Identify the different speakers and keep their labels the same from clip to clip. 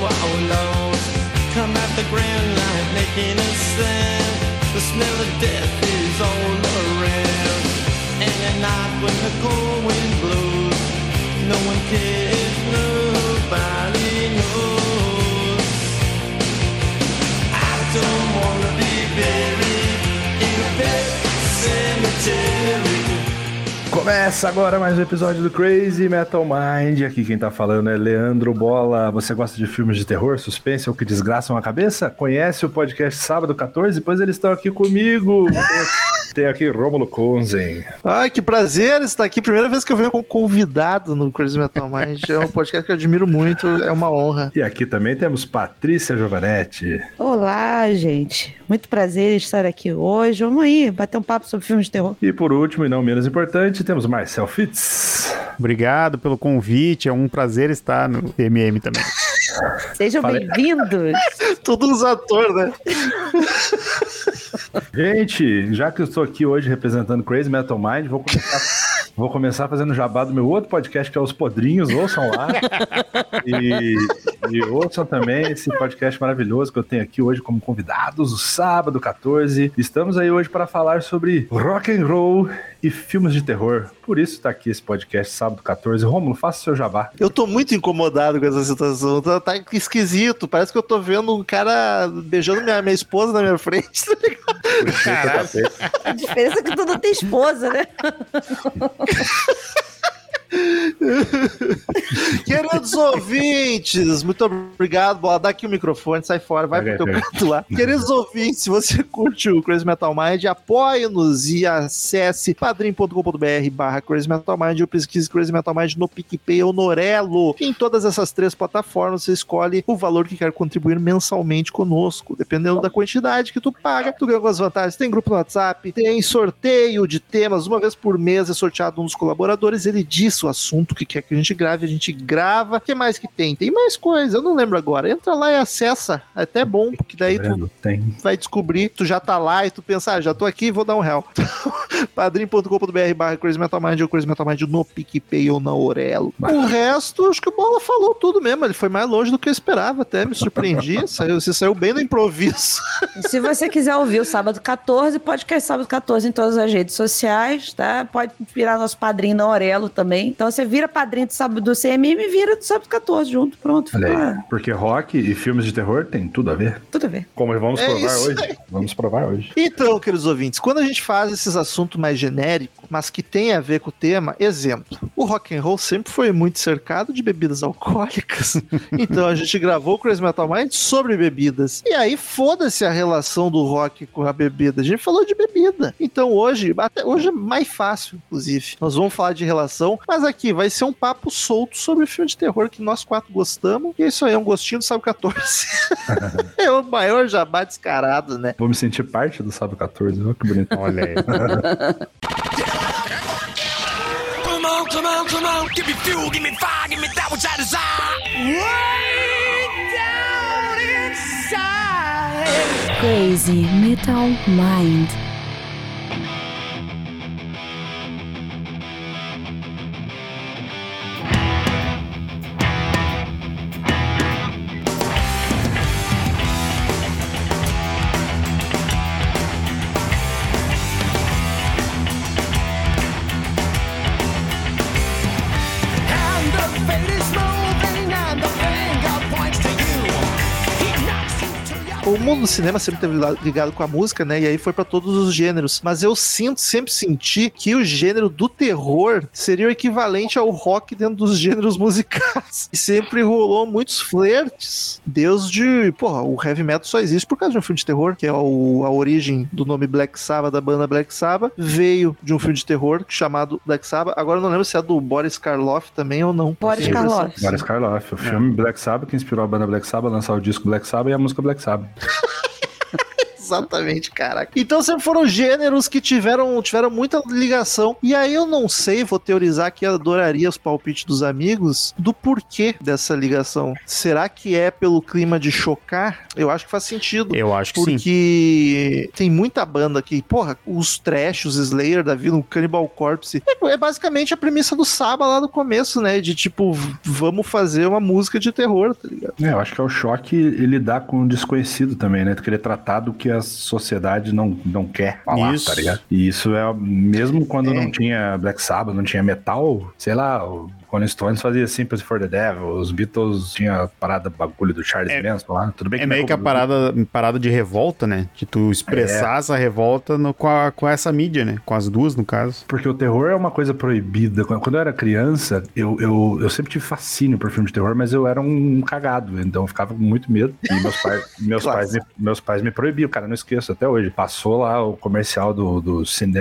Speaker 1: oh Lord. Come at the grand light making a sound. The smell of death is all around. And at night when the cold wind blows, no one cares, nobody knows. I don't wanna be buried in a pet cemetery.
Speaker 2: Começa agora mais um episódio do Crazy Metal Mind. Aqui quem tá falando é Leandro Bola. Você gosta de filmes de terror, suspense ou que desgraçam a cabeça? Conhece o podcast Sábado 14? Pois eles estão aqui comigo. Tem aqui Rômulo Kunzen.
Speaker 3: Ai, que prazer estar aqui. Primeira vez que eu venho como convidado no Crazy Metal Mind. É um podcast que eu admiro muito, é uma honra.
Speaker 2: E aqui também temos Patrícia Giovanetti.
Speaker 4: Olá, gente. Muito prazer em estar aqui hoje. Vamos aí bater um papo sobre filmes de terror.
Speaker 2: E por último, e não menos importante, temos Marcel Fitz.
Speaker 5: Obrigado pelo convite, é um prazer estar no MM também.
Speaker 4: Sejam
Speaker 2: Falei.
Speaker 4: bem-vindos.
Speaker 3: Todos os atores, né?
Speaker 2: Gente, já que eu estou aqui hoje representando Crazy Metal Mind, vou começar. Vou começar fazendo jabá do meu outro podcast, que é Os Podrinhos, ouçam lá. E, e ouçam também esse podcast maravilhoso que eu tenho aqui hoje como convidados, o sábado 14. Estamos aí hoje para falar sobre rock and roll e filmes de terror. Por isso está aqui esse podcast, sábado 14. Rômulo, faça o seu jabá.
Speaker 3: Eu tô muito incomodado com essa situação. Tá, tá esquisito. Parece que eu tô vendo um cara beijando minha, minha esposa na minha frente. tá ligado?
Speaker 4: A diferença é que tu não tem esposa, né?
Speaker 3: Queridos ouvintes, muito obrigado. Bola, dá aqui o microfone, sai fora, vai pro teu
Speaker 2: Vai, vai.
Speaker 3: canto lá. Queridos ouvintes, se você curte o Crazy Metal Mind, apoie-nos e acesse padrim.com.br barra Crazy Metal Mind ou pesquise Crazy Metal Mind no PicPay ou no Orelo. Em todas essas três plataformas, você escolhe o valor que quer contribuir mensalmente conosco. Dependendo da quantidade que tu paga, tu ganha algumas vantagens. Tem grupo no WhatsApp, tem sorteio de temas. Uma vez por mês é sorteado um dos colaboradores. Ele diz o assunto que quer que a gente grave, a gente grava. O que mais que tem? Tem mais coisa, eu não lembro agora. Entra lá e acessa. É até bom, porque daí tu
Speaker 2: né? Tem.
Speaker 3: vai descobrir, tu já tá lá e tu pensa, ah, já tô aqui, vou dar um real. padrim.com.br barra Crazy Metal Mind ou Crazy Metal Mind no PicPay ou na Orelo. O resto, acho que o Bola falou tudo mesmo, ele foi mais longe do que eu esperava, até me surpreendi, saiu, você saiu bem no improviso.
Speaker 4: Se você quiser ouvir o sábado 14, podcast sábado 14 em todas as redes sociais, tá? Pode virar nosso padrinho na Aurelo também. Então você vira padrinho do sábado do CMM e vira do sábado 14 junto. Pronto,
Speaker 2: Olha
Speaker 4: fica
Speaker 2: aí, porque rock e filmes de terror tem tudo a ver.
Speaker 4: tudo bem.
Speaker 2: Como vamos
Speaker 3: É
Speaker 2: provar
Speaker 3: isso
Speaker 2: hoje? Vamos provar hoje.
Speaker 3: Então, queridos ouvintes, quando a gente faz esses assuntos mais genéricos, mas que tem a ver com o tema, exemplo, o rock and roll sempre foi muito cercado de bebidas alcoólicas. Então a gente gravou o Crazy Metal Mind sobre bebidas. E aí foda-se a relação do rock com a bebida. A gente falou de bebida. Então hoje, até hoje é mais fácil, inclusive. Nós vamos falar de relação, mas aqui vai ser um papo solto sobre filme de terror que nós quatro gostamos. E isso aí é um gostinho do Sábio 14. é o maior jabá descarado, né?
Speaker 2: Vou me sentir parte do sábado 14, olha que bonito.
Speaker 5: Olha aí.
Speaker 1: Come on, come on, come on. Give me fuel, give me fire, give me that which I desire. Way down inside.
Speaker 6: Crazy Metal Mind.
Speaker 1: And the fate is moving, and the finger points to you. He knocks you to your
Speaker 3: O mundo do cinema sempre teve la- ligado com a música, né? E aí foi pra todos os gêneros. Mas eu sinto, sempre senti que o gênero do terror seria o equivalente ao rock dentro dos gêneros musicais. E sempre rolou muitos flertes. Desde, porra, o heavy metal só existe por causa de um filme de terror, que é o- a origem do nome Black Sabbath, da banda Black Sabbath. Veio de um filme de terror chamado Black Sabbath. Agora eu não lembro se é do Boris Karloff também ou não.
Speaker 4: Boris
Speaker 3: Tenho a impressão-
Speaker 4: Karloff.
Speaker 2: Boris Karloff, o filme Black Sabbath, que inspirou a banda Black Sabbath a lançar o disco Black Sabbath e a música Black Sabbath.
Speaker 3: Exatamente, caraca. Então sempre foram gêneros que tiveram, tiveram muita ligação. E aí eu não sei, vou teorizar que eu adoraria os palpites dos amigos do porquê dessa ligação. Será que é pelo clima de chocar? Eu acho que faz sentido.
Speaker 5: Eu acho que sim.
Speaker 3: Porque tem muita banda aqui. Porra, os Trash, os Slayer da vida, o Cannibal Corpse. É, é basicamente a premissa do Saba lá no começo, né? De tipo, v- vamos fazer uma música de terror, tá ligado?
Speaker 2: É, eu acho que é o choque e lidar com o desconhecido também, né? Tu querer tratar do que a sociedade não, não quer falar,
Speaker 5: Isso.
Speaker 2: tá ligado? E isso é, mesmo quando
Speaker 3: É.
Speaker 2: não tinha Black Sabbath, não tinha metal, sei lá, o Rolling Stones fazia Sympathy for the Devil, os Beatles tinha a parada bagulho do Charles
Speaker 5: É.
Speaker 2: Manson lá, tudo bem
Speaker 5: É meio que a
Speaker 2: culpa do-
Speaker 5: parada, parada de revolta, né? De tu expressar essa revolta no- com, a- com essa mídia, né? Com as duas, no caso.
Speaker 2: Porque o terror é uma coisa proibida. Quando quando eu era criança, eu, eu, eu sempre tive fascínio por filme de terror, mas eu era um cagado, então eu ficava com muito medo. E meus pais, meus
Speaker 3: Claro.
Speaker 2: pais, me, meus pais me proibiam, cara, não esqueço até hoje. Passou lá o comercial do, do cine,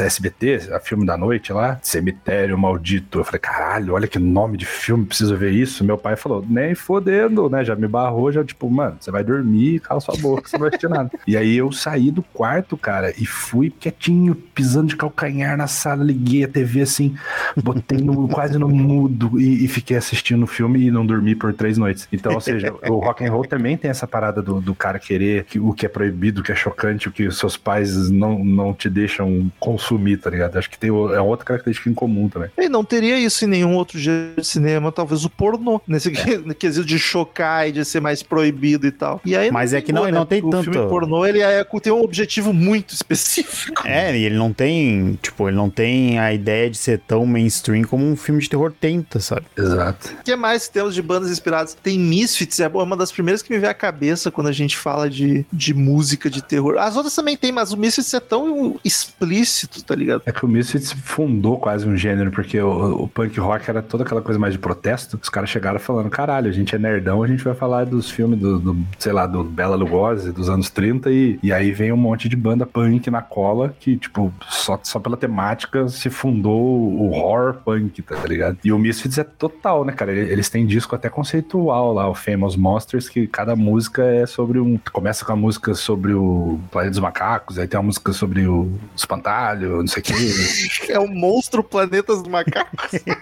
Speaker 2: SBT, a filme da noite lá, Cemitério Maldito. Eu falei, caralho, olha que nome de filme, preciso ver isso. Meu pai falou, nem fodendo, né? Já me barrou, já tipo, mano, você vai dormir, cala sua boca, você não vai assistir nada. E aí eu saí do quarto, cara, e fui quietinho, pisando de calcanhar na sala, liguei a TV assim, botei no, quase no mudo e, e fiquei assistindo o filme e não dormi por três noites. Então, ou seja, o rock and roll também tem essa parada do, do cara querer que- o que é proibido, o que é chocante, o que os seus pais não, não te deixam consumir, tá ligado? Acho que tem, o- é outra característica em comum também.
Speaker 3: E não teria isso em nenhum outro gênero de cinema, talvez o pornô, nesse que- quesito de chocar e de ser mais proibido e tal. E aí
Speaker 5: Mas é que não-
Speaker 3: pegou,
Speaker 5: não tem
Speaker 3: o
Speaker 5: tanto-
Speaker 3: filme pornô, ele é- tem um objetivo muito específico.
Speaker 5: É, e ele não tem, tipo, ele não tem a ideia de ser tão mainstream como um filme de terror tenta, sabe?
Speaker 2: Exato.
Speaker 3: O que mais temos de bandas inspiradas? Tem Misfits, é uma das primeiras que me vem à cabeça quando a gente fala de, de música de terror. As outras também tem, mas o Misfits é tão explícito, tá ligado?
Speaker 2: É que o Misfits fundou quase um gênero, porque o, o punk rock era toda aquela coisa mais de protesto. Os caras chegaram falando, caralho, a gente é nerdão, a gente vai falar dos filmes do, do, sei lá, do Bela Lugosi, dos anos 30, e, e aí vem um monte de banda punk na cola, que, tipo, só, só pela temática se fundou o horror punk, tá ligado? E o Misfits é total, né, cara? Ele- Eles têm disco até conceitual lá, o Famous Monsters, que cada música é sobre um... Começa com a música sobre o Planeta dos Macacos, aí tem uma música sobre o Espantalho, não sei o que...
Speaker 3: É o monstro planetas do macaco.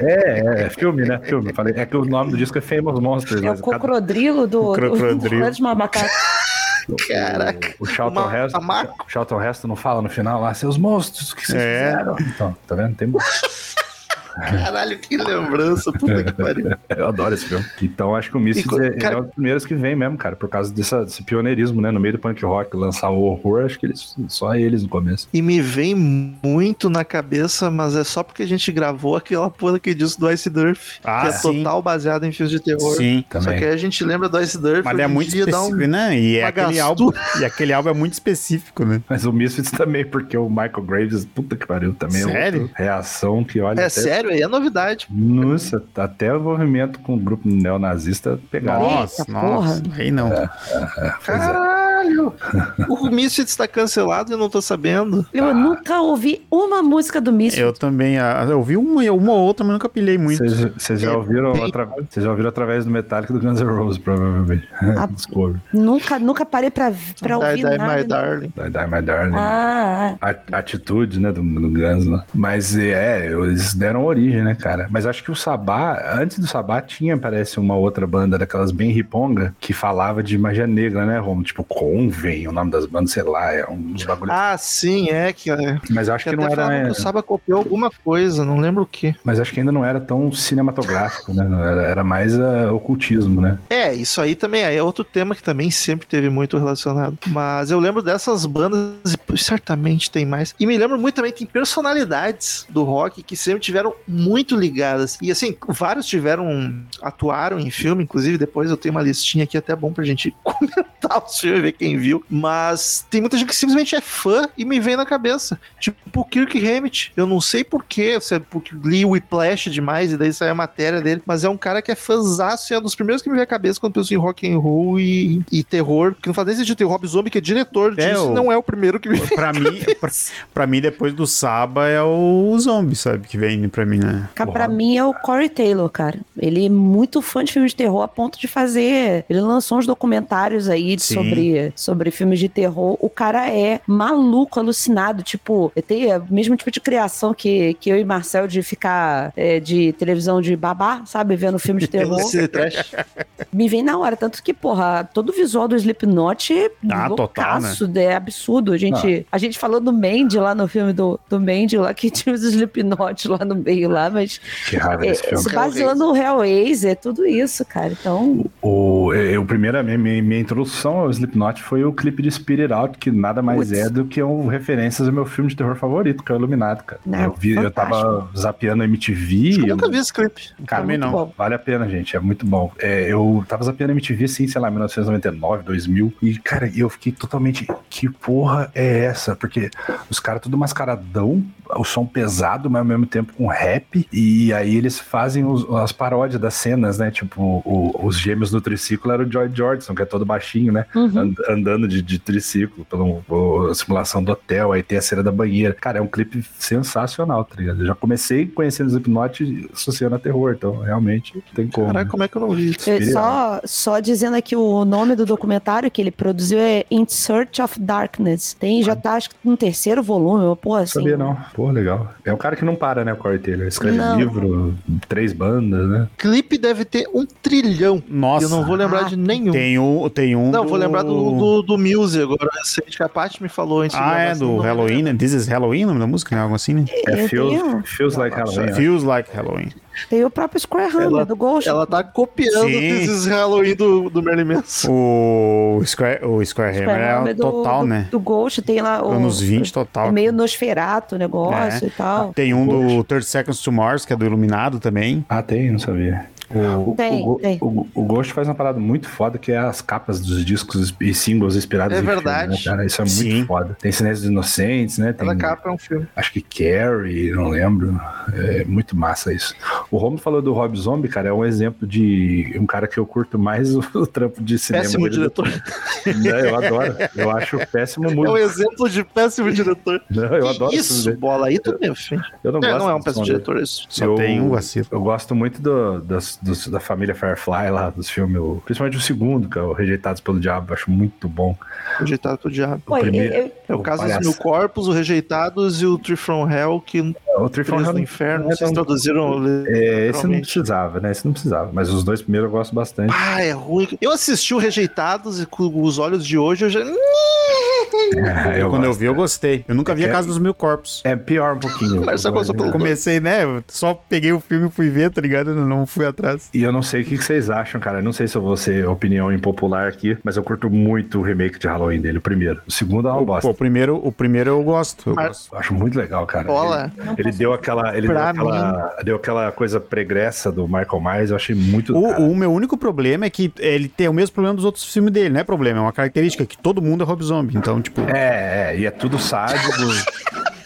Speaker 2: É, é, filme, né? Filme. Falei, é que o nome do disco é Famous Monsters.
Speaker 4: É o
Speaker 2: mas cada-
Speaker 4: cocodrilo do.
Speaker 5: O crocodrilo.
Speaker 4: do- do- do- do- macaco.
Speaker 3: Caraca.
Speaker 2: O Charlton
Speaker 3: Uma-
Speaker 2: Heston.
Speaker 3: uma-
Speaker 2: o Charlton Heston não fala no final lá, seus monstros, o que vocês
Speaker 5: É.
Speaker 2: fizeram? Então, tá vendo? Tem monstro.
Speaker 3: Caralho, que lembrança. Puta que pariu.
Speaker 2: Eu adoro esse filme. Então acho que o Misfits
Speaker 3: E co-
Speaker 2: é, ele
Speaker 3: cara-
Speaker 2: é um dos primeiros que vem mesmo, cara, por causa dessa- desse pioneirismo, né? No meio do punk rock, lançar o horror, acho que eles, só eles no começo.
Speaker 3: E me vem muito na cabeça, mas é só porque a gente gravou aquela porra que diz do Ice Durf,
Speaker 5: Ah,
Speaker 3: que é
Speaker 5: sim.
Speaker 3: total baseado em filmes de terror.
Speaker 5: Sim.
Speaker 3: Só
Speaker 2: Também.
Speaker 3: que aí a gente lembra do Ice Durf,
Speaker 5: Mas ele é
Speaker 3: hoje em
Speaker 5: muito
Speaker 3: dia dá um-
Speaker 5: específico, né? E, é
Speaker 3: uma
Speaker 5: aquele álbum, e aquele álbum é muito específico, né?
Speaker 2: Mas o Misfits também, porque o Michael Graves, puta que pariu, também é
Speaker 5: Sério?
Speaker 2: outra reação que olha.
Speaker 5: né?
Speaker 3: É
Speaker 2: até-
Speaker 3: sério, aí é novidade.
Speaker 2: Nossa, até o envolvimento com o grupo neonazista pegaram.
Speaker 5: Nossa,
Speaker 4: Eita,
Speaker 5: nossa. Aí não. Ah,
Speaker 2: Pois é.
Speaker 3: Caralho! o Misfits tá cancelado e eu não tô sabendo.
Speaker 4: Eu nunca ouvi uma música do Misfits.
Speaker 5: Eu também. ah, Eu vi uma, uma ou outra, mas nunca pilhei muito.
Speaker 2: Vocês vocês já,
Speaker 3: É,
Speaker 2: ouviram
Speaker 3: bem-
Speaker 2: atra- vocês já ouviram através do Metallica e do Guns N' Roses, provavelmente.
Speaker 4: Ah.
Speaker 2: Discover.
Speaker 4: Nunca, nunca parei pra, pra
Speaker 3: Die,
Speaker 4: ouvir
Speaker 3: die,
Speaker 4: nada.
Speaker 3: my darling.
Speaker 2: Die, Die My Darling.
Speaker 4: Ah, ah.
Speaker 2: A- Atitude, né, do, do Guns, né? Mas é, eles deram origem, né, cara? Mas acho que o Sabá, antes do Sabá, tinha, parece, uma outra banda daquelas bem riponga que falava de magia negra, né, Romo? Tipo, Convém, o nome das bandas, sei lá, é um bagulho.
Speaker 3: Ah, sim, é que, é,
Speaker 2: mas acho
Speaker 3: que
Speaker 2: que não
Speaker 3: até
Speaker 2: era.
Speaker 5: é.
Speaker 3: falaram que o Saba copiou alguma coisa, não lembro o que.
Speaker 2: Mas acho que ainda não era tão cinematográfico, né? Era, era mais ah, ocultismo, né?
Speaker 3: É, isso aí também é outro tema que também sempre teve muito relacionado. Mas eu lembro dessas bandas e pô, certamente tem mais. E me lembro muito também, tem personalidades do rock que sempre tiveram muito ligadas. E assim, vários tiveram, atuaram em filme, inclusive depois eu tenho uma listinha aqui até bom pra gente comentar os filmes, ver quem viu. Mas tem muita gente que simplesmente é fã e me vem na cabeça. Tipo o Kirk Hammett. Eu não sei porquê, se é porque li o Whiplash demais e daí saiu a matéria dele, mas é um cara que é fãzaço e é um dos primeiros que me vem à cabeça quando penso em rock and roll e, e terror. Que não faz nem sentido, tem o Rob Zombie que é diretor
Speaker 5: É,
Speaker 3: disso,
Speaker 5: o-
Speaker 3: não é o primeiro que me vem.
Speaker 5: Pra mim, pra, pra mim, depois do Saba é o zombie, sabe? Que vem pra mim, né?
Speaker 4: Cara, pra mim é o Corey Taylor, cara. Ele é muito fã de filmes de terror a ponto de fazer. Ele lançou uns documentários aí de-
Speaker 5: Sim.
Speaker 4: sobre sobre filmes de terror, o cara é maluco, alucinado. Tipo, tem o mesmo tipo de criação que, que eu e Marcel de ficar é, de televisão de babá, sabe? Vendo filme de terror.
Speaker 3: Esse trash.
Speaker 4: Me vem na hora. Tanto que, porra, todo o visual do Slipknot é
Speaker 5: Ah, total, Ah.
Speaker 4: loucaço, né? é absurdo. A gente, a gente falou do Mandy lá no filme do, do Mandy, lá que tinha os Slipknot lá no meio lá, mas
Speaker 2: Que raiva
Speaker 5: Ah,
Speaker 4: é,
Speaker 2: desse filme.
Speaker 4: se baseando no Hellraiser, tudo isso, cara. Então,
Speaker 2: O, eu, primeiro, a minha, minha, minha introdução ao Slipknot foi o clipe de Spirit Out, que nada mais
Speaker 4: Putz.
Speaker 2: é do que um, referências ao meu filme de terror favorito, que é o Iluminado, cara.
Speaker 4: Não,
Speaker 2: eu, vi, eu tava zapeando
Speaker 3: Acho
Speaker 2: MTV.
Speaker 3: que eu
Speaker 2: eu-
Speaker 3: nunca vi esse clipe.
Speaker 5: Cara,
Speaker 4: tá muito
Speaker 5: não.
Speaker 4: bom.
Speaker 2: Vale a pena, gente. É muito bom. É, eu tava zapeando MTV, assim, sei lá, 1999, 2000. E, cara, eu fiquei totalmente. Que porra é essa? Porque os caras tudo mascaradão, o som pesado, mas ao mesmo tempo com rap. E aí eles fazem os- as paródias das cenas, né? Tipo, o- os gêmeos no triciclo era o Joy Jordison, que é todo baixinho, né?
Speaker 4: uhum.
Speaker 2: And- andando de, de triciclo pela um- o- a simulação do hotel, aí tem a cena da banheira. Cara, é um clipe sensacional, tá ligado? Eu já comecei conhecendo os hipnote associando a terror, então realmente não tem como.
Speaker 3: Caraca, como é que eu não vi isso?
Speaker 4: Eu-
Speaker 2: Spirit
Speaker 5: né?
Speaker 4: só, só dizendo aqui o nome do documentário que ele produziu é In Search of Darkness. Tem,
Speaker 5: Ah.
Speaker 4: já tá acho que no terceiro volume, uma porra
Speaker 2: Não
Speaker 4: assim.
Speaker 2: sabia, não. Pô, legal. É um cara que não para, né, o Corey Taylor? Escreve
Speaker 4: Não.
Speaker 2: livro, três bandas, né?
Speaker 3: clipe deve ter um trilhão.
Speaker 5: Nossa.
Speaker 3: eu não vou lembrar de nenhum.
Speaker 5: Tem um, tem um
Speaker 3: Não, vou lembrar do, do, do Muse agora. recente, que a Paty me falou antes. de
Speaker 5: Ah,
Speaker 3: gravar,
Speaker 5: é,
Speaker 3: assim,
Speaker 5: do
Speaker 3: não-
Speaker 5: Halloween, né? This is Halloween, o nome da música, né? Algo assim, né?
Speaker 4: Eu
Speaker 2: É Feels,
Speaker 4: tenho-
Speaker 2: feels Like Halloween. né?
Speaker 5: Feels Like Halloween.
Speaker 4: Tem o próprio Square Hammer do Ghost.
Speaker 3: Ela tá copiando
Speaker 5: Sim.
Speaker 3: esses Halloween do, do Merlin Manson.
Speaker 5: O Square, o Square
Speaker 4: Square
Speaker 5: Hammer é
Speaker 4: Hammer do-
Speaker 5: total,
Speaker 4: do-
Speaker 5: né?
Speaker 4: Do Ghost, tem lá o.
Speaker 5: Anos 20
Speaker 4: o
Speaker 5: total.
Speaker 4: meio Nosferato o negócio
Speaker 5: É.
Speaker 4: e tal.
Speaker 5: Tem um do 30 Seconds to Mars, que é do Iluminado também.
Speaker 2: Ah, tem? Não sabia. O,
Speaker 4: Tem,
Speaker 2: o, Go-
Speaker 4: tem.
Speaker 2: o- o Ghost faz uma parada muito foda que é as capas dos discos e singles inspirados
Speaker 3: É
Speaker 2: em filme,
Speaker 3: verdade.
Speaker 2: né, cara? Isso é muito
Speaker 5: Sim.
Speaker 2: foda. Tem Silêncio dos Inocentes, né? Tem
Speaker 3: Cada capa é um filme.
Speaker 2: Acho que Carrie, não lembro. É muito massa isso. O Romo falou do Rob Zombie, cara, é um exemplo de um cara que eu curto mais o, o trampo de cinema.
Speaker 3: Péssimo
Speaker 2: dele. é
Speaker 3: diretor.
Speaker 2: Né, eu adoro. Eu acho péssimo
Speaker 3: É um
Speaker 2: muito.
Speaker 3: exemplo de péssimo diretor.
Speaker 2: Não, eu
Speaker 3: Que
Speaker 2: adoro esse
Speaker 3: isso,
Speaker 2: filme dele.
Speaker 3: bola aí tu meu filho.
Speaker 2: Eu não
Speaker 3: É,
Speaker 2: gosto
Speaker 3: não é um
Speaker 2: desse
Speaker 3: péssimo
Speaker 2: filme dele.
Speaker 3: diretor isso.
Speaker 5: Só
Speaker 2: Eu-
Speaker 5: tem um vacilo.
Speaker 2: Eu gosto muito do- das- dos- da família Firefly lá, dos filmes, o- principalmente o segundo, que é o Rejeitados pelo Diabo, eu acho muito bom.
Speaker 3: Rejeitado pro diabo.
Speaker 4: Pô, eu-
Speaker 2: primeiro- um
Speaker 4: eu-
Speaker 3: É o caso dos
Speaker 2: palhaço.
Speaker 3: mil corpos, o Rejeitados e o Tree from Hell, que
Speaker 2: O Trifon
Speaker 3: Três
Speaker 2: já
Speaker 3: do
Speaker 2: não-
Speaker 3: Inferno,
Speaker 2: não é
Speaker 3: vocês
Speaker 2: tão-
Speaker 3: traduziram.
Speaker 2: É, esse não
Speaker 3: literalmente.
Speaker 2: precisava, né? Esse não precisava. Mas os dois primeiros eu gosto bastante.
Speaker 3: Ah, é ruim. Eu assisti o Rejeitados e com os olhos de hoje eu já.
Speaker 2: É,
Speaker 5: Quando eu
Speaker 2: gosto.
Speaker 5: vi, eu gostei. Eu nunca vi
Speaker 2: É-
Speaker 5: a Casa dos Mil Corpos.
Speaker 2: É pior um pouquinho.
Speaker 3: Mas só
Speaker 2: Eu-
Speaker 3: gostou pelo-
Speaker 5: Comecei, né? Só peguei o filme e fui ver, tá ligado? Eu não fui atrás.
Speaker 2: E eu não sei o que que vocês acham, cara. Eu não sei se eu vou ser opinião impopular aqui, mas eu curto muito o remake de Halloween dele, o primeiro. O segundo é uma
Speaker 5: Pô,
Speaker 2: bosta.
Speaker 5: o primeiro, o primeiro eu gosto. Eu
Speaker 3: Mas-
Speaker 5: gosto.
Speaker 2: Eu acho muito legal, cara.
Speaker 3: Bola.
Speaker 2: Ele, ele deu aquela. Ele deu
Speaker 3: Pra
Speaker 2: aquela, deu aquela coisa pregressa do Michael Myers, eu achei muito. do
Speaker 5: O,
Speaker 2: cara.
Speaker 5: o meu único problema é que ele tem o mesmo problema dos outros filmes dele, não é problema, é uma característica que todo mundo é Rob Zombie. Então, tipo,
Speaker 2: É, é, e é tudo sádico.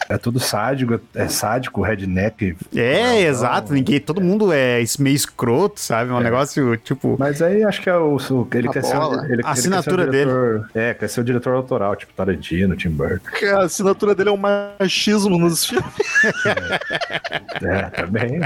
Speaker 2: é tudo sádico, é sádico, redneck.
Speaker 5: é, exato, ninguém, todo mundo é es- meio escroto, sabe? Um negócio, tipo,
Speaker 2: Mas aí acho que é o. o- Ele
Speaker 3: A
Speaker 2: quer ser,
Speaker 3: bola.
Speaker 2: ele- ele,
Speaker 5: A assinatura
Speaker 2: quer ser o diretor, É, quer ser o diretor autoral, tipo Tarantino, Tim Burton.
Speaker 3: A assinatura dele é um machismo nos filmes.
Speaker 2: É, também.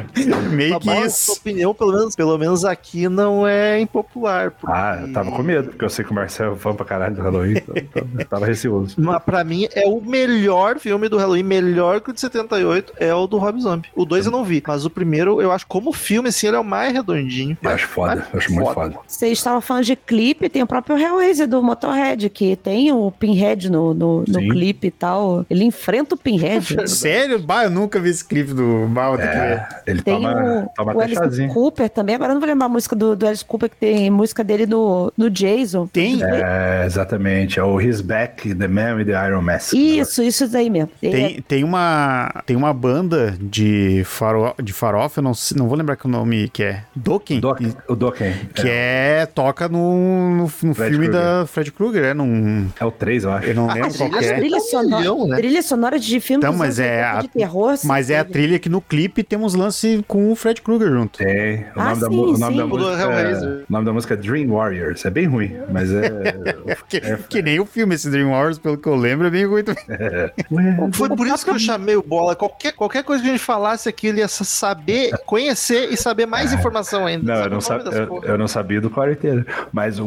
Speaker 5: meio que
Speaker 3: Mas sua
Speaker 5: isso.
Speaker 3: opinião, pelo menos, pelo menos aqui, não é impopular. porque-
Speaker 2: Ah, eu tava com medo, porque eu sei que o Marcelo é fã pra caralho do Halloween, então, então eu tava receoso.
Speaker 3: Mas pra mim é o melhor filme do Halloween, melhor que o de 78, é o do Rob Zombie. O dois eu não vi, mas o primeiro eu acho como filme, assim, ele é o mais redondinho.
Speaker 2: Eu acho foda, eu acho muito foda.
Speaker 4: Você estava falando de clipe, tem o próprio Hellraiser do Motorhead, que tem o Pinhead no, no, no
Speaker 2: Sim.
Speaker 4: clipe e tal. Ele enfrenta o Pinhead.
Speaker 5: Sério? Bah, eu nunca vi esse clipe do Bah, tem que
Speaker 2: É.
Speaker 5: ver.
Speaker 2: Ele
Speaker 4: Tem
Speaker 2: toma,
Speaker 4: o,
Speaker 2: toma
Speaker 4: o
Speaker 2: até
Speaker 4: Alice
Speaker 2: chazinho.
Speaker 4: Cooper também. Agora eu não vou lembrar a música do, do Alice Cooper, que tem música dele no, no Jason.
Speaker 5: Tem,
Speaker 2: É, exatamente. É o His Back, The Man with the Iron Mask.
Speaker 4: Isso, isso daí mesmo. É,
Speaker 5: tem, tem, uma, tem uma banda de, faro, de farofa, eu não, sei- não vou lembrar que o nome que é. Dokken?
Speaker 2: Doc- o Dokken.
Speaker 5: Que é, toca no, no, no filme da Fred Krueger, é num...
Speaker 2: É o 3, eu acho.
Speaker 5: Eu não
Speaker 4: a, a
Speaker 5: lembro qual que é.
Speaker 4: trilha,
Speaker 3: Um
Speaker 4: sonora,
Speaker 3: milhão, né?
Speaker 4: trilha sonora de filme
Speaker 5: Então,
Speaker 4: dos
Speaker 5: mas
Speaker 4: anos
Speaker 5: é
Speaker 4: 80
Speaker 5: a-
Speaker 4: de terror. assim.
Speaker 5: Mas é a trilha que no clipe temos lance com o Fred Krueger junto.
Speaker 2: Tem. O
Speaker 4: Ah,
Speaker 2: nome, da,
Speaker 4: sim,
Speaker 2: mu- o nome
Speaker 4: sim.
Speaker 2: da
Speaker 4: O
Speaker 3: do
Speaker 2: música.
Speaker 3: Hellraiser.
Speaker 2: O nome da música é Dream Warriors. É bem ruim, mas é.
Speaker 5: é Que, que nem o filme, esse Dream Wars, pelo que eu lembro, é bem ruim também.
Speaker 3: Foi por isso que eu chamei o Bola. Qualquer, qualquer coisa que a gente falasse aqui, ele ia saber, conhecer e saber mais informação ainda.
Speaker 2: Não, eu
Speaker 3: Sabe
Speaker 2: não,
Speaker 3: o nome
Speaker 2: sa-
Speaker 3: das
Speaker 2: eu,
Speaker 3: porra?
Speaker 2: eu não sabia do Corey Taylor. Mas o,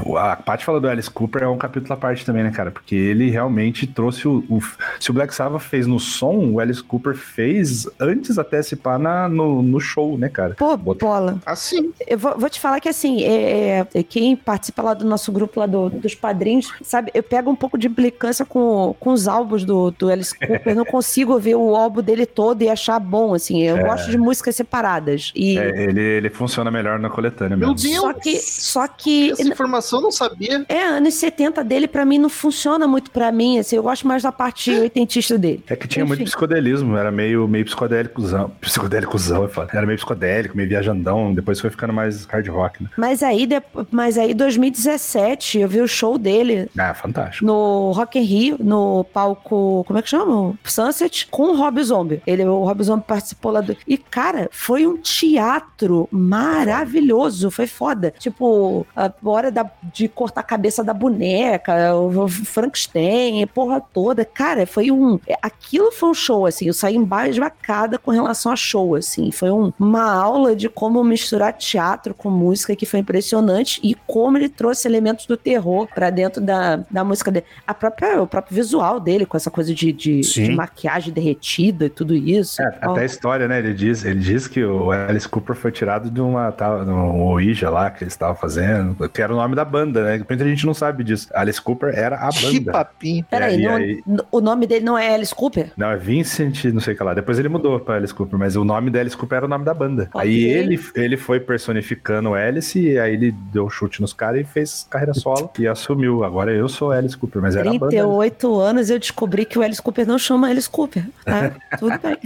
Speaker 2: o- a parte fala do Alice Cooper é um capítulo à parte também, né, cara? Porque ele realmente trouxe o. o- se o Black Sabbath fez no som, o Alice Cooper fez antes até se pá na, no, no show, né, cara?
Speaker 4: Pô,
Speaker 2: Bota-
Speaker 4: bola.
Speaker 3: Assim.
Speaker 4: Eu vou, vou te falar que assim, é- é- quem participa lá do nosso grupo lá do- dos padrinhos, sabe, eu pego um pouco de implicância com, com os álbuns do, do Alice Cooper. não consigo ouvir o álbum dele todo e achar bom, assim. Eu gosto de músicas separadas. E
Speaker 2: É, ele, ele funciona melhor na coletânea
Speaker 3: Meu
Speaker 2: mesmo.
Speaker 3: Deus!
Speaker 4: só que. Só que
Speaker 3: Essa informação eu não sabia.
Speaker 4: é, anos 70 dele, pra mim, não funciona muito pra mim. Assim, eu gosto mais da parte oitentista dele.
Speaker 2: É que tinha
Speaker 4: Enfim.
Speaker 2: muito psicodelismo, era meio, meio psicodélicozão. Psicodélicozão, eu falo. Era meio psicodélico, meio viajandão. Depois foi ficando mais hard rock, né?
Speaker 4: Mas aí, de- mas aí, 2017, eu vi o show dele
Speaker 2: Ah, fantástico.
Speaker 4: no Rock in Rio, no palco, como é que chama? Sunset, com o Rob Zombie. Ele, o Rob Zombie participou lá do... E, cara, foi um teatro maravilhoso, foi foda. Tipo, a hora da- de cortar a cabeça da boneca, o o Frankenstein, a porra toda. Cara, foi um... é, Aquilo foi um show, assim, eu saí embasbacada com relação a show, assim. Foi um- uma aula de como misturar teatro com música, que foi impressionante, e como ele trouxe elementos do terror pra dentro da, da música dele. A própria, o próprio visual dele, com essa coisa de, de,
Speaker 5: Sim.
Speaker 4: de maquiagem derretida e tudo isso.
Speaker 2: É,
Speaker 4: Ó,
Speaker 2: até a história, né? Ele diz, ele diz que o Alice Cooper foi tirado de uma tal, de um Ouija lá que eles estavam fazendo, que era o nome da banda, né? Muita gente não sabe disso. Alice Cooper era a
Speaker 3: Que
Speaker 2: banda.
Speaker 3: papinho.
Speaker 4: Peraí,
Speaker 2: é, e
Speaker 4: não-
Speaker 2: aí?
Speaker 4: n- o nome dele não é Alice Cooper?
Speaker 2: Não, é Vincent, não sei o que lá. Depois ele mudou pra Alice Cooper, mas o nome da Alice Cooper era o nome da banda.
Speaker 4: Ok.
Speaker 2: Aí ele, ele foi personificando o Alice, e aí ele deu um chute nos caras e fez carreira solo e assumiu. Agora eu sou Alice Cooper, mas era a banda. né?
Speaker 4: 38 anos eu descobri que o Alice Cooper não chama Alice Cooper. Tá? tudo bem.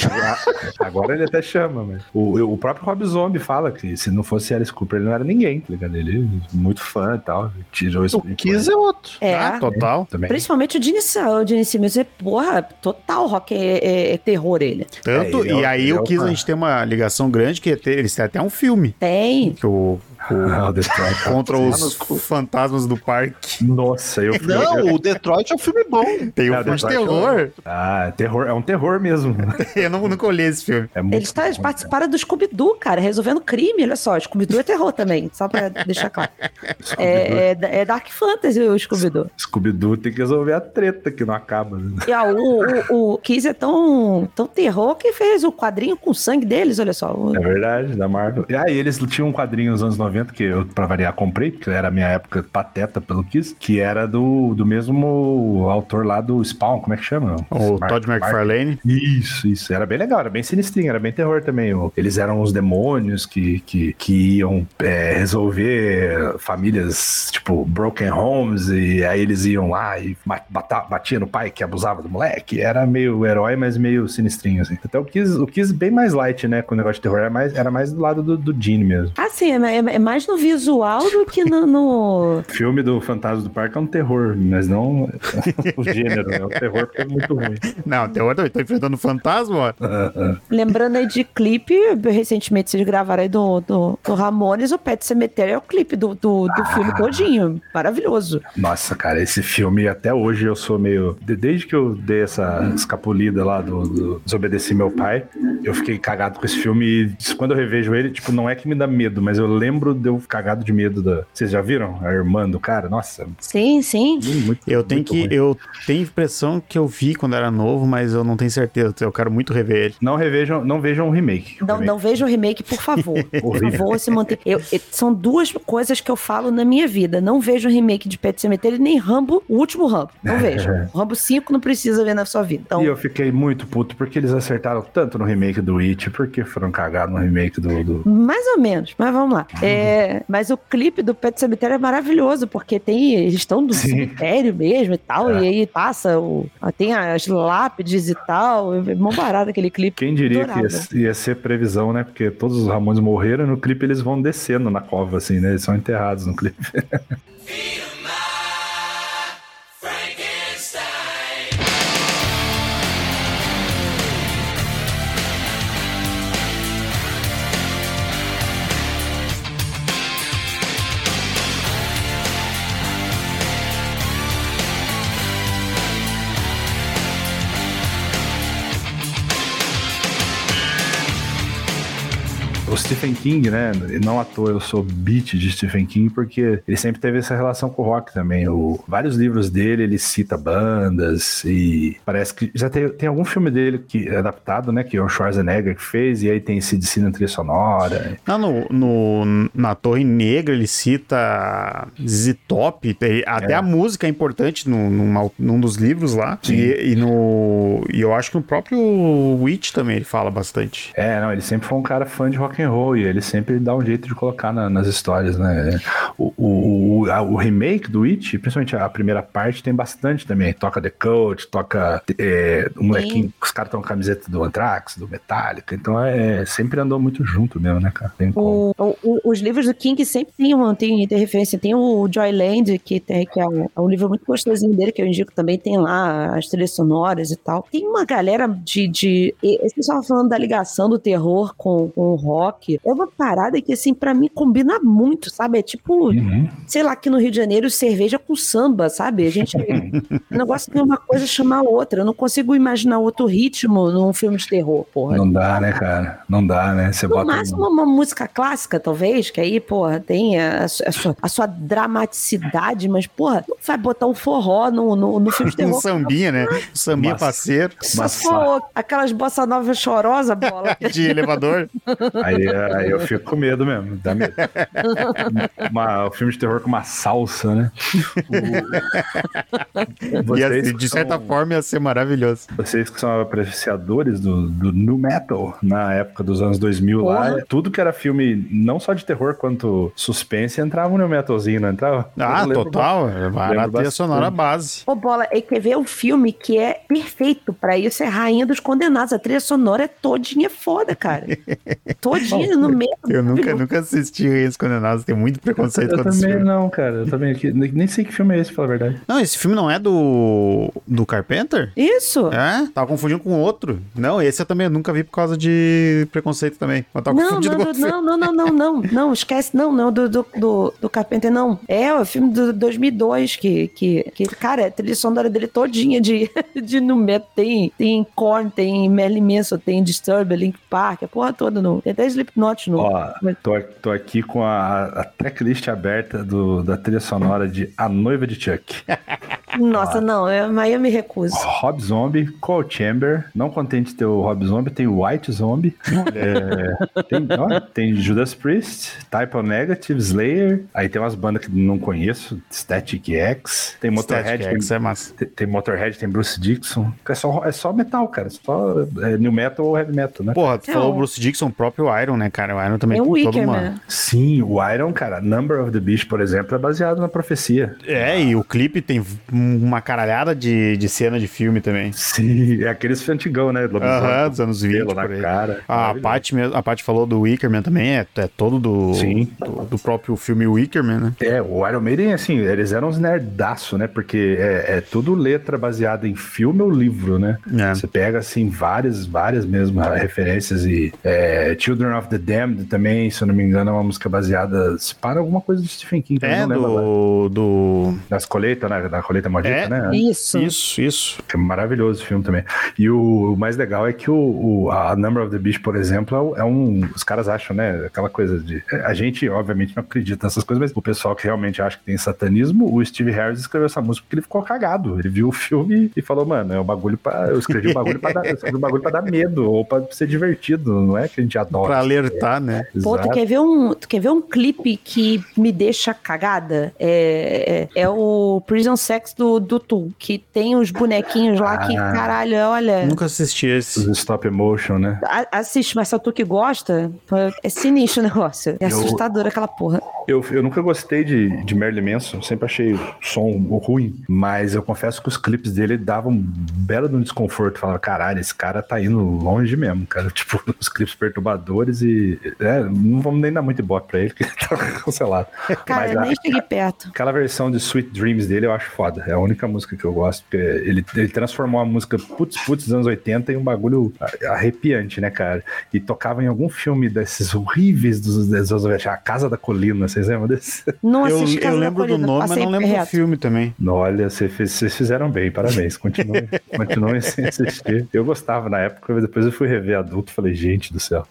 Speaker 2: Agora- Agora ele até chama, mas o, o próprio Rob Zombie fala que se não fosse Alice Cooper, ele não era ninguém, tá ligado? Ele é muito fã e tal. Tirou isso.
Speaker 3: O Kiss é outro.
Speaker 4: É,
Speaker 5: Ah, total.
Speaker 2: também.
Speaker 4: Principalmente o Gene, Sim- o Gene Simmons é, porra, total rock é, é- é terror ele.
Speaker 5: Tanto,
Speaker 2: É, ele é
Speaker 5: e
Speaker 2: o-
Speaker 5: aí
Speaker 2: ele é
Speaker 5: eu
Speaker 2: o
Speaker 5: quis,
Speaker 2: cara.
Speaker 5: a gente tem uma ligação grande que ter- eles têm até um filme.
Speaker 4: Tem.
Speaker 5: Que o,
Speaker 2: Ah, o Destroy.
Speaker 5: o- contra
Speaker 3: no
Speaker 5: os
Speaker 3: cu.
Speaker 5: fantasmas do parque.
Speaker 2: Nossa, eu fui.
Speaker 3: Não, o Detroit é um filme bom.
Speaker 5: Tem um
Speaker 2: Ah,
Speaker 5: filme de
Speaker 2: Detroit é
Speaker 5: terror.
Speaker 2: Ah, terror, é um terror mesmo.
Speaker 5: Eu não, nunca olhei esse filme.
Speaker 2: É muito
Speaker 4: Eles, tá, eles
Speaker 2: bom,
Speaker 4: participaram do Scooby-Doo, cara, resolvendo crime, olha só. Scooby-Doo é terror também, só pra deixar claro.
Speaker 2: cara. Scooby-Doo-
Speaker 4: É, é, é Dark Fantasy o Scooby-Doo.
Speaker 2: Scooby-Doo tem que resolver a treta que não acaba. né?
Speaker 4: E ó, o, o, o Kiss é tão, tão terror que fez o quadrinho com o sangue deles, olha só.
Speaker 2: É verdade, da Marvel. E aí eles tinham um quadrinho nos anos 90 que eu, pra variar, comprei, porque era a minha época pateta pelo Kiss, que era do, do mesmo autor lá do Spawn, como é que chama?
Speaker 5: O
Speaker 2: Mar-
Speaker 5: Todd
Speaker 2: Mar-
Speaker 5: McFarlane.
Speaker 2: Isso, isso. Era bem legal, era bem sinistrinho, era bem terror também. O- Eles eram os demônios que, que, que iam é, resolver famílias, tipo, broken homes, e aí eles iam lá e ma- bata- batia no pai que abusava do moleque. Era meio herói, mas meio sinistrinho, assim. Então o Kiss, o Kiss bem mais light, né, com o negócio de terror. Era mais, era mais do lado do, do Gene mesmo.
Speaker 4: Assim, é, é- é mais no visual do que no. no-
Speaker 2: O filme do Fantasma do Parque é um terror, mas não o gênero, é um terror porque é muito ruim.
Speaker 5: Não, terror também. Tô enfrentando um fantasma, ó.
Speaker 4: Lembrando aí de clipe, recentemente vocês gravaram aí do, do, do Ramones, o Pet Cemetery é o clipe do, do, do filme todinho. Maravilhoso.
Speaker 2: Nossa, cara, esse filme até hoje eu sou meio. de- Desde que eu dei essa escapulida lá do, do Desobedeci Meu Pai, eu fiquei cagado com esse filme. E quando eu revejo ele, tipo, não é que me dá medo, mas eu lembro de eu cagado de medo da. Vocês já viram? A irmã do cara? Nossa, é
Speaker 4: Sim, sim.
Speaker 2: muito.
Speaker 5: Eu tenho
Speaker 2: muito
Speaker 5: que.
Speaker 2: ruim.
Speaker 5: Eu tenho a impressão que eu vi quando era novo, mas eu não tenho certeza. Eu quero muito rever ele.
Speaker 2: Não revejam, não vejam o remake. O
Speaker 4: Não,
Speaker 2: remake
Speaker 4: não veja o remake, por favor. Por
Speaker 2: Horrível.
Speaker 4: favor, se manter. Eu- eu- são duas coisas que eu falo na minha vida. Não vejo o remake de Pet Cemetery, nem Rambo, o último Rambo. Não vejo. Rambo 5 não precisa ver na sua vida. Então,
Speaker 2: E eu fiquei muito puto porque eles acertaram tanto no remake do It, porque foram cagar no remake do. do...
Speaker 4: Mais ou menos, mas vamos lá. É, mas o clipe do Pet Cemitério é maravilhoso, porque tem, eles estão do
Speaker 2: Sim.
Speaker 4: cemitério mesmo e tal,
Speaker 2: É.
Speaker 4: e aí passa o. Tem as lápides e tal. É mó barato aquele clipe.
Speaker 2: Quem diria que ia,
Speaker 4: Adorável.
Speaker 2: ia ser previsão, né? Porque todos os Ramones morreram e no clipe eles vão descendo na cova, assim, né? Eles são enterrados no clipe.
Speaker 7: Frankenstein,
Speaker 2: o Stephen King, né? e Não à toa eu sou beat de Stephen King, porque ele sempre teve essa relação com o rock também. O, vários livros dele, ele cita bandas e parece que já tem, tem algum filme dele que é adaptado, né? Que é o Schwarzenegger que fez, e aí tem CDC na trilha sonora.
Speaker 5: Não, Ah, no, no- na Torre Negra ele cita ZZ Top, tem- até a música é importante num, numa- num dos livros lá. E, e no, e eu acho que no próprio Witch também ele fala bastante.
Speaker 2: É, não, ele sempre foi um cara fã de rock and roll e ele sempre dá um jeito de colocar na- nas histórias, né? O, o, o, a- o remake do It, principalmente a primeira parte, tem bastante também. Toca The Cult, toca é, o molequinho, os caras estão com camiseta do Anthrax, do Metallica. Então é, sempre andou muito junto mesmo, né, cara? Tem como.
Speaker 4: O- o- o- os livros do King sempre tem, uma, tem, tem referência. Tem o Joyland, que, tem, que é, um, é um livro muito gostosinho dele, que eu indico também. Tem lá as trilhas sonoras e tal. Tem uma galera de. de e- esse pessoal falando da ligação do terror com, com o rock. É uma parada que, assim, pra mim combina muito, sabe? É tipo,
Speaker 2: Uhum.
Speaker 4: sei lá, aqui no Rio de Janeiro, cerveja com samba, sabe? A gente. o negócio tem uma coisa chamar a outra. Eu não consigo imaginar outro ritmo num filme de terror, porra.
Speaker 2: Não dá, né, cara? Não dá, né? Você
Speaker 4: No
Speaker 2: bota. um-
Speaker 4: máximo uma música clássica, talvez, que aí, porra, tem a, a sua- a sua, a sua dramaticidade, mas, porra, não vai botar um forró no, no, no filme de
Speaker 5: Um
Speaker 4: terror.
Speaker 5: sambinha, né? Um sambinha
Speaker 2: é Massa.
Speaker 5: parceiro
Speaker 4: Só se
Speaker 2: Mas-
Speaker 4: for aquelas bossa nova chorosa, bola.
Speaker 5: de elevador.
Speaker 2: Aí, aí eu fico com medo mesmo, dá medo. Uma, um filme de terror com uma salsa, né? O-
Speaker 5: Ia-
Speaker 2: Vocês que
Speaker 5: de certa
Speaker 2: são-
Speaker 5: forma ia ser maravilhoso.
Speaker 2: Vocês que são apreciadores do, do nu metal na época dos anos 2000 lá,
Speaker 4: Porra.
Speaker 2: tudo que era filme, não só de terror quanto suspense, entrava um nu metalzinho, não entrava?
Speaker 5: Ah,
Speaker 2: Eu lembro-
Speaker 5: total. Era a trilha
Speaker 2: bastante.
Speaker 5: sonora base.
Speaker 4: Ô, bola, e quer ver um filme que é perfeito pra isso? É Rainha dos Condenados. A trilha sonora é todinha foda, cara. Todinha no meio.
Speaker 5: Eu nunca, nunca assisti Reis Condenados, tenho muito preconceito
Speaker 2: Eu
Speaker 5: contra esse
Speaker 2: também
Speaker 5: filme.
Speaker 2: não, cara. Eu também aqui, nem nem sei que filme é esse, pra falar a verdade.
Speaker 5: Não, esse filme não é do. do Carpenter?
Speaker 4: Isso.
Speaker 5: É? Tava confundindo com outro. Não, esse eu também eu nunca vi por causa de preconceito também. Mas tava
Speaker 4: Não,
Speaker 5: Tá confundido
Speaker 4: não,
Speaker 5: com
Speaker 4: do-
Speaker 5: outro filme.
Speaker 4: não, não, não, não, não, não, esquece, não, não, do, do, do, do Carpenter, não. É, o filme de 2002, que, que, que cara, a trilha sonora dele é todinha de, de numero, tem, tem Korn, tem Merlin Manson, tem Disturbed, Link Park, a porra toda, não. Tem até Slipknot, não.
Speaker 2: Ó, tô, tô aqui com a, a tracklist aberta do, da trilha sonora de A Noiva de Chuck.
Speaker 4: Nossa, não, é, mas eu me recuso.
Speaker 2: Rob Zombie, Cold Chamber, não contente ter o Rob Zombie, tem o White Zombie, é, tem, ó, tem Judas Priest, Type O Negative, Slayer, aí tem umas bandas que não conheço, Static X, tem Motorhead,
Speaker 5: Static
Speaker 2: tem-
Speaker 5: X é massa.
Speaker 2: tem, tem Motorhead, tem Bruce Dixon, é só, é só metal, cara, é só é, new metal ou heavy metal, né?
Speaker 5: Porra, tu
Speaker 4: É
Speaker 5: falou
Speaker 4: um-
Speaker 5: Bruce Dixon, o próprio Iron, né, cara? O Iron também
Speaker 4: Tem o
Speaker 5: tem toda
Speaker 4: Wicker,
Speaker 5: uma-
Speaker 4: né?
Speaker 2: Sim, o Iron, cara, Number of the Beast, por exemplo, é baseado na profecia.
Speaker 5: É, e o clipe tem uma caralhada de, de cena de filme também.
Speaker 2: Sim, é aqueles antigão, né?
Speaker 5: Aham, dos anos 20,
Speaker 2: pelo
Speaker 5: por aí. Ah,
Speaker 2: na cara.
Speaker 5: A Paty, mesmo- a Paty falou do Wickerman também, é, é todo do,
Speaker 2: Sim.
Speaker 5: do, do próprio filme Wickerman, né?
Speaker 2: É, o Iron Maiden, assim, eles eram uns nerdaço, né? Porque é, é tudo letra baseada em filme ou livro, né?
Speaker 5: É.
Speaker 2: Você pega, assim, várias, várias mesmo ah, referências e é, Children of the Damned também, se eu não me engano, é uma música baseada, se para alguma coisa do Stephen King, eu
Speaker 5: É
Speaker 2: não lembro agora.
Speaker 5: do, do.
Speaker 2: Das colheitas, né? da colheita maldita,
Speaker 5: É.
Speaker 2: né?
Speaker 4: Isso.
Speaker 5: Isso, isso.
Speaker 2: É maravilhoso o filme também. E o, o mais legal é que o, o- a Number of the Beast, por exemplo, é um- é um. Os caras acham, né? Aquela coisa de. A gente, obviamente, não acredita nessas coisas, mas o pessoal que realmente acha que tem satanismo, o Steve Harris escreveu essa música porque ele ficou cagado. Ele viu o filme e falou, mano, é um bagulho pra. Eu escrevi um bagulho pra dar, eu escrevi um bagulho pra dar medo, ou pra ser divertido, não é que a gente adora.
Speaker 5: Pra alertar, né?
Speaker 4: Pô, tu
Speaker 2: Exato.
Speaker 4: quer, ver um, tu quer ver um clipe que me deixa cagada? É, é, é o Prison Sex do, do Tu, que tem os bonequinhos lá que,
Speaker 2: Ah.
Speaker 4: caralho, olha.
Speaker 5: Nunca assisti esse.
Speaker 2: Os stop motion, né?
Speaker 4: a- Assiste, mas só tu que gosta, é sinistro o negócio. É
Speaker 2: Eu-
Speaker 4: assustador aquela porra.
Speaker 2: Eu, eu nunca gostei de, de Merlin Manson, sempre achei o som ruim, mas eu confesso que os clipes dele davam um belo de um desconforto. Falava, caralho, esse cara tá indo longe mesmo, cara. Tipo, os clipes perturbadores e. é, não vamos nem dar muito ibope pra ele, que ele tá cancelado.
Speaker 4: Cara,
Speaker 2: mas a-
Speaker 4: nem cheguei perto.
Speaker 2: aquela versão de Sweet Dreams dele eu acho foda. É a única música que eu gosto, porque ele, ele transformou a música putz putz dos anos 80 em um bagulho a- arrepiante, né, cara? E tocava em algum filme desses horríveis dos dos anos 80, A Casa da Colina, vocês lembram desse?
Speaker 4: Não
Speaker 5: Eu,
Speaker 4: assisti
Speaker 5: eu
Speaker 4: Casa da
Speaker 5: lembro do
Speaker 4: Colina,
Speaker 5: nome, mas
Speaker 4: passei
Speaker 5: não lembro do
Speaker 4: reto.
Speaker 5: filme também.
Speaker 2: Olha, cê fez- vocês fizeram bem, parabéns. Continuem, continuem sem assistir. Eu gostava na época, mas depois eu fui rever adulto e falei, gente do céu.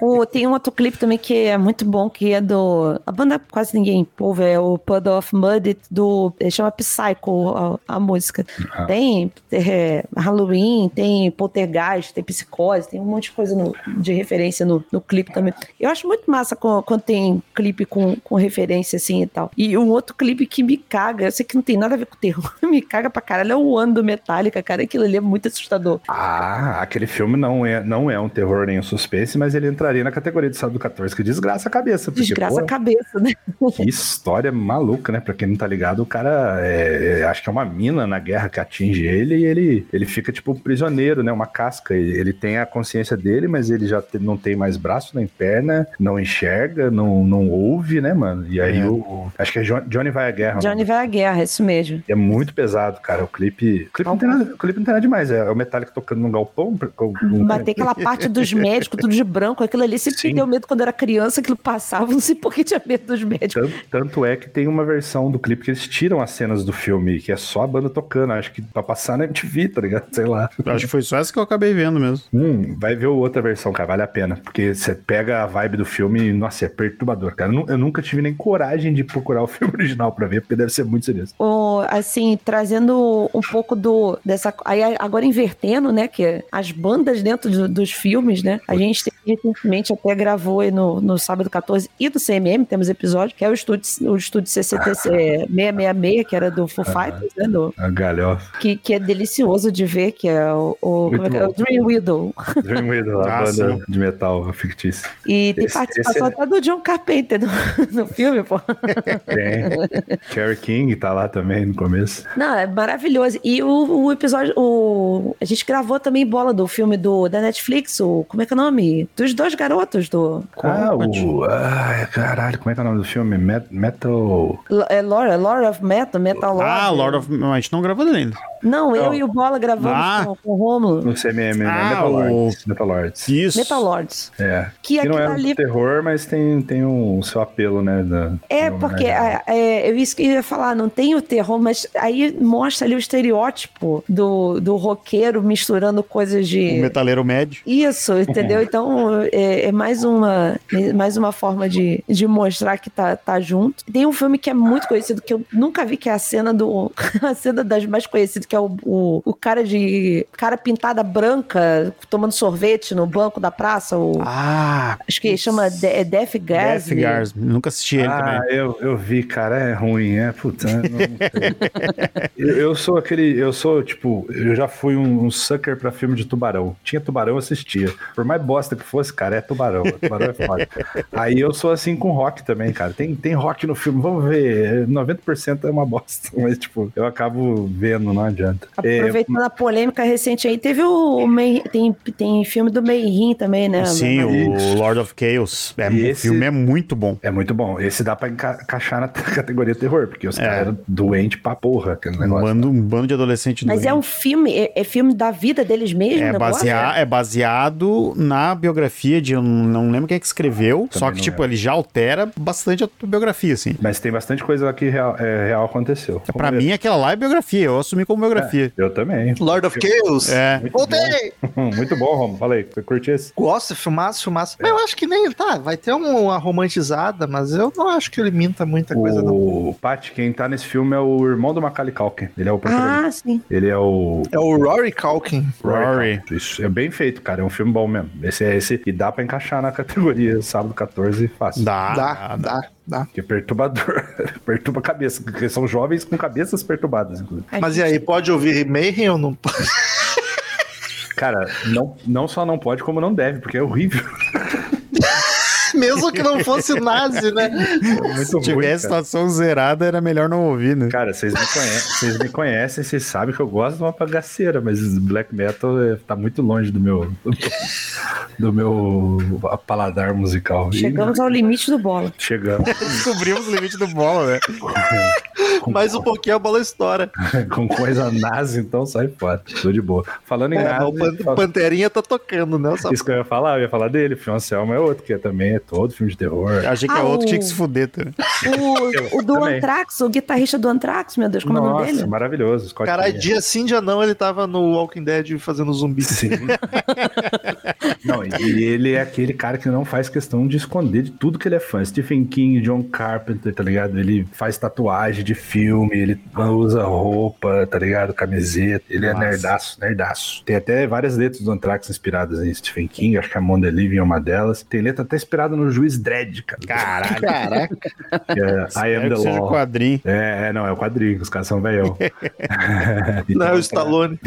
Speaker 4: O- tem um outro clipe também que é muito bom, que é do. A banda quase ninguém ouve, é o Puddle of Mud do. eh, Chama Psycho a, a música.
Speaker 2: Ah.
Speaker 4: Tem eh, Halloween, tem Poltergeist, tem Psicose, tem um monte de coisa no- de referência no, no clipe também. Eu acho muito massa co- quando tem clipe com, com referência assim e tal. E um outro clipe que me caga, eu sei que não tem nada a ver com terror, me caga pra caralho, é o ano do Metallica, cara. Aquilo ali é muito assustador.
Speaker 2: Ah, aquele filme não é, não é um terror nem um suspense, mas ele entraria na categoria de sábado 14, que desgraça a cabeça. Porque,
Speaker 4: Desgraça a
Speaker 2: pô,
Speaker 4: cabeça, né?
Speaker 2: Que história maluca, né? Pra quem não tá ligado, o cara é, é, acho que é uma mina na guerra que atinge ele e ele, ele fica tipo um prisioneiro, né? Uma casca. Ele, ele tem a consciência dele, mas ele já te- não tem mais braço nem perna, não enxerga, não, não ouve, né, mano? E aí
Speaker 5: É.
Speaker 2: o. Acho que é Jo- Johnny vai à guerra.
Speaker 4: Johnny
Speaker 2: mano.
Speaker 4: vai à guerra, é isso mesmo.
Speaker 2: E É muito pesado, cara. O clipe. O clipe, não tem nada, o clipe não tem nada demais. É o Metallica tocando num galpão. com- com-
Speaker 4: Bater aquela parte dos médicos, tudo de branco, aquilo ali sempre
Speaker 2: Sim.
Speaker 4: me deu medo quando eu era criança, aquilo passava, não sei por que tinha medo dos médicos.
Speaker 2: Tan- Tanto, é que tem uma versão do clipe que eles tiram as cenas do filme, que é só a banda tocando. Acho que pra passar na MTV, tá ligado? Sei lá.
Speaker 5: Eu Acho que foi só essa que eu acabei vendo mesmo.
Speaker 2: Hum, vai ver outra versão, cara. Vale a pena. Porque você pega a vibe do filme e, nossa, é perturbador, cara. Eu nu- Eu nunca tive nem coragem de procurar o filme original pra ver, porque deve ser muito serioso.
Speaker 4: Ou, assim, trazendo um pouco do dessa. Aí agora invertendo, né? Que as bandas dentro do- dos filmes, né? A gente tem- recentemente até gravou aí no, no sábado 14 e do CMM, temos episódio, que é o estúdio, o estúdio CCTC é, 666, que era do Foo Fighters, né? do-
Speaker 2: A galhofa.
Speaker 4: que, que é delicioso de ver, que é o, o, como é que é?
Speaker 2: Muito
Speaker 4: o Dream Widow.
Speaker 2: Dream Widow, a
Speaker 5: Ah,
Speaker 2: banda
Speaker 5: sim.
Speaker 2: de metal fictícia.
Speaker 4: E tem
Speaker 2: Esse-
Speaker 4: participação
Speaker 2: esse
Speaker 4: até do John Carpenter no, no filme, pô.
Speaker 2: Tem. Cherry King tá lá também no começo.
Speaker 4: Não, é maravilhoso. E o, o episódio. O, a gente gravou também bola do filme do, da Netflix, o. Como é que é o nome? Dos dois garotos do. com-
Speaker 2: Ah, o. Ai, caralho, como é que é o nome do filme? Met- Metal.
Speaker 4: Lo- É Laura, Laura of Metal, Metal Laura.
Speaker 5: Ah, Lord of... A gente não gravou dele ainda.
Speaker 4: Não, eu e o Bola gravamos
Speaker 5: Ah.
Speaker 4: com, com o Romulo.
Speaker 2: No CMM, né?
Speaker 5: Ah,
Speaker 2: Metal
Speaker 5: o-
Speaker 2: Lords. Metal Lords.
Speaker 5: Isso.
Speaker 4: Metal Lords.
Speaker 2: É.
Speaker 4: Que
Speaker 2: Que não
Speaker 4: aquilo
Speaker 2: é um
Speaker 4: ali
Speaker 2: terror, mas tem, tem um seu apelo, né? da-
Speaker 4: É,
Speaker 2: da
Speaker 4: porque
Speaker 2: homenagem.
Speaker 4: é, é, eu isso que eu ia falar, não tem o terror, mas aí mostra ali o estereótipo do, do roqueiro misturando coisas
Speaker 5: O
Speaker 4: de.
Speaker 5: metaleiro médio.
Speaker 4: Isso, entendeu? Então é, é mais uma é mais uma forma de, de mostrar que tá, tá junto. Tem um filme que é muito conhecido, que eu nunca vi, que é a cena do. A cena das mais conhecidas, que é o, o, o cara de. cara pintada branca, tomando sorvete no banco da praça, o,
Speaker 5: Ah,
Speaker 4: acho que chama De, é Death Gas.
Speaker 5: Death Gars. Nunca assisti ele
Speaker 2: Ah,
Speaker 5: também.
Speaker 2: eu, eu vi, cara, é ruim, é puta. eu não sei. eu, eu sou aquele, eu sou tipo, eu já fui um, um sucker pra filme de tubarão. Tinha tubarão, eu assistia. Por mais bosta que fosse, cara, é tubarão. Tubarão é foda. Aí eu sou assim com rock também, cara. Tem, tem rock no filme, vamos ver. 90% é uma bosta, mas tipo, eu acabo vendo, não adianta. É,
Speaker 4: Aproveitando a polêmica recente aí, teve o, o Mei- tem, tem filme do Meirin também, né?
Speaker 5: Sim,
Speaker 2: Isso.
Speaker 5: o Lord of Chaos. É,
Speaker 2: E
Speaker 5: o
Speaker 2: esse-
Speaker 5: filme é muito bom.
Speaker 2: É muito bom. Esse dá pra enca- encaixar na categoria terror, porque
Speaker 5: É.
Speaker 2: os caras eram doentes pra porra,
Speaker 4: é
Speaker 2: aquele
Speaker 5: Um
Speaker 2: negócio.
Speaker 5: bando, um bando de adolescente
Speaker 4: né? Mas é um filme, é, é filme da vida deles mesmos,
Speaker 5: É,
Speaker 4: né?
Speaker 5: basea- é baseado na biografia de. Eu não lembro quem é que escreveu. só que,
Speaker 2: não
Speaker 5: tipo, ele já altera bastante a tua biografia, assim.
Speaker 2: Mas tem bastante coisa lá que real, é, real aconteceu. É,
Speaker 5: Pra mim, aquela lá é biografia. Eu assumi como biografia.
Speaker 2: Eu também.
Speaker 3: Lord of Chaos.
Speaker 5: É.
Speaker 2: Muito
Speaker 3: Voltei!
Speaker 2: bom. Muito bom, Romo. Fala aí, você curte esse?
Speaker 3: Gosto, filmaço, filmaço. Mas eu acho que nem. Tá, vai ter um- uma romantizada, mas eu não acho que ele minta muita coisa, não.
Speaker 2: O Pat, quem tá nesse filme é o irmão do Macaulay Culkin. Ele é o protagonista.
Speaker 4: Ah, sim.
Speaker 2: Ele é o
Speaker 3: É o Rory Calkin.
Speaker 5: Rory.
Speaker 2: Culkin. Isso é bem feito, cara. É um filme bom mesmo. Esse é esse e dá pra encaixar na categoria sábado 14 fácil.
Speaker 5: Ah, Dá.
Speaker 3: dá, dá, dá.
Speaker 2: Que é perturbador. Perturba a cabeça. Porque são jovens com cabeças perturbadas, inclusive.
Speaker 4: É
Speaker 3: Mas e aí, pode ouvir Mayhem ou não?
Speaker 2: Cara, não, não só não pode, como não deve, porque é horrível.
Speaker 3: Mesmo que não fosse nazi, né?
Speaker 2: É muito
Speaker 5: Se tivesse
Speaker 2: ruim, cara.
Speaker 5: situação zerada, era melhor não ouvir, né?
Speaker 2: Cara, vocês me, conhe- vocês me conhecem, vocês sabem que eu gosto de uma bagaceira, mas black metal é, tá muito longe do meu. do meu paladar musical. E
Speaker 4: Chegamos ao limite do bola.
Speaker 2: chegamos.
Speaker 5: Descobrimos o limite do bola, né?
Speaker 2: Com,
Speaker 3: Mais um pouquinho a bola estoura.
Speaker 2: com coisa nazi, então sai fora. Tô de boa. Falando em
Speaker 3: É,
Speaker 2: nazi,
Speaker 3: o Pan- Panterinha tá tocando, né? Essa-
Speaker 2: isso que eu ia falar, eu ia falar dele. O filme Anselmo é outro, que é também é todo filme de terror.
Speaker 5: Achei que é
Speaker 4: Ah, o-
Speaker 5: outro tinha que se fuder tá? também.
Speaker 4: O, o do
Speaker 2: Também.
Speaker 4: Anthrax, o guitarrista do Anthrax, meu Deus, como é o nome
Speaker 2: Nossa,
Speaker 4: dele?
Speaker 2: maravilhoso. Scott
Speaker 3: Caralho,
Speaker 2: Pilgrim.
Speaker 3: dia sim, dia não, ele tava no Walking Dead fazendo zumbi.
Speaker 2: Sim. não, e ele é aquele cara que não faz questão de esconder de tudo que ele é fã. Stephen King, John Carpenter, tá ligado? Ele faz tatuagem de filme, ele usa roupa, tá ligado? Camiseta. Ele
Speaker 5: Massa.
Speaker 2: é nerdaço, nerdaço. Tem até várias letras do Anthrax inspiradas em Stephen King, acho que a Monda Living é uma delas. Tem letra até inspirada no Juiz Dredd, cara.
Speaker 5: Caralho.
Speaker 3: Caraca,
Speaker 2: Que é, I am the
Speaker 5: Espero que seja o
Speaker 2: law.
Speaker 5: quadrinho.
Speaker 2: É, é, não, é o quadrinho, os caras são velhão. Então,
Speaker 3: não é o Stallone.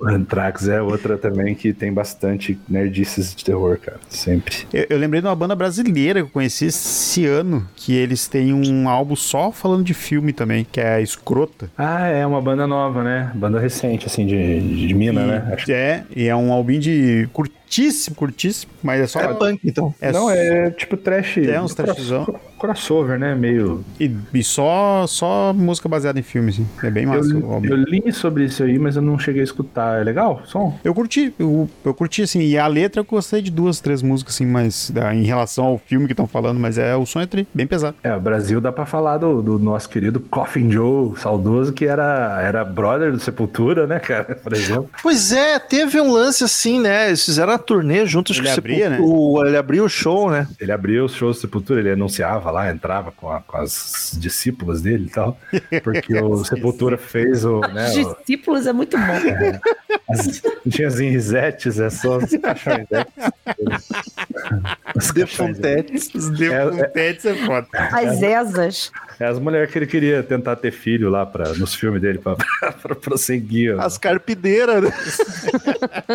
Speaker 2: O Anthrax é outra também que tem bastante nerdices de terror, cara. Sempre.
Speaker 5: Eu, eu lembrei de uma banda brasileira que eu conheci esse ano, que eles têm um álbum só falando de filme também, que é a Escrota.
Speaker 2: Ah, é uma banda nova, né? Banda recente, assim, de, de mina, né? Acho
Speaker 5: E, é, e é um album de curtíssimo, curtíssimo, mas é só.
Speaker 3: É punk, então.
Speaker 2: que... Não, é tipo trash.
Speaker 5: É uns
Speaker 2: cross-
Speaker 5: trashzão.
Speaker 2: Crossover, né? Meio.
Speaker 5: E, e só, só música baseada em filme, assim. É bem massa o
Speaker 2: Eu,
Speaker 5: álbum.
Speaker 2: eu
Speaker 5: Eu...
Speaker 2: li sobre isso aí, mas eu não cheguei a escutar. É legal? o Som?
Speaker 5: curti, eu, eu curti, assim, e a letra eu gostei de duas, três músicas, assim, mas da- em relação ao filme que estão falando, mas é o som é tri- bem pesado.
Speaker 2: É, o Brasil dá pra falar do, do nosso querido Coffin Joe, saudoso, que era, era brother do Sepultura, né, cara? Por exemplo.
Speaker 3: Pois é, teve um lance assim, né? Eles fizeram a turnê juntos
Speaker 5: Ele
Speaker 3: que o Sepul-
Speaker 5: abria, né?
Speaker 3: o, ele abriu o show, né?
Speaker 2: Ele abriu os shows do Sepultura, ele anunciava lá, entrava com, a- com as discípulas dele e tal. Porque o Sepultura fez o. Né,
Speaker 4: Os
Speaker 2: o-
Speaker 4: discípulos é muito bom.
Speaker 2: As- Não tinha as risetes, é só as né? cachorrisetes. As
Speaker 3: The
Speaker 2: cachorrisetes.
Speaker 3: Fontetes.
Speaker 5: Defuntetes é foda.
Speaker 4: As Ezas.
Speaker 2: É as mulheres que ele queria tentar ter filho lá pra, nos filmes dele pra, pra prosseguir. né? ó.
Speaker 3: As carpideiras, né?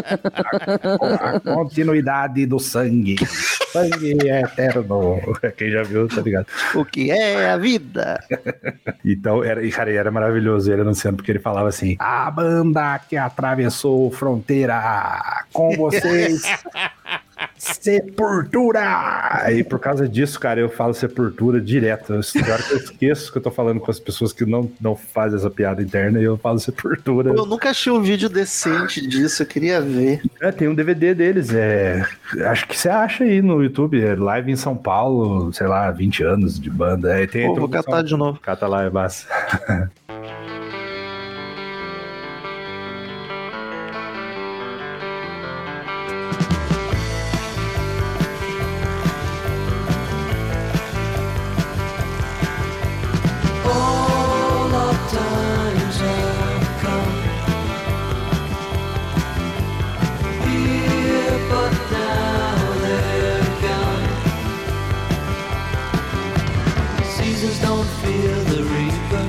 Speaker 2: A continuidade do sangue. Sangue é eterno. Quem já viu, tá ligado?
Speaker 3: O que é a vida?
Speaker 2: Então, era, e, cara, era maravilhoso ele anunciando, porque ele falava assim: a banda que atravessou fronteira com vocês. Sepultura! E por causa disso, cara, eu falo sepultura direto. Eu, tem hora que eu esqueço que eu tô falando com as pessoas que não, não fazem essa piada interna e eu falo sepultura.
Speaker 3: Eu nunca achei um vídeo decente disso, eu queria ver.
Speaker 2: É, tem um DVD deles, é. Acho que você acha aí no YouTube, é live em São Paulo, sei lá, 20 anos de banda. É, e tem a
Speaker 3: Pô, vou
Speaker 2: introdução.
Speaker 3: catar de novo.
Speaker 2: Cata lá, é massa.
Speaker 7: Seasons don't fear the reaper,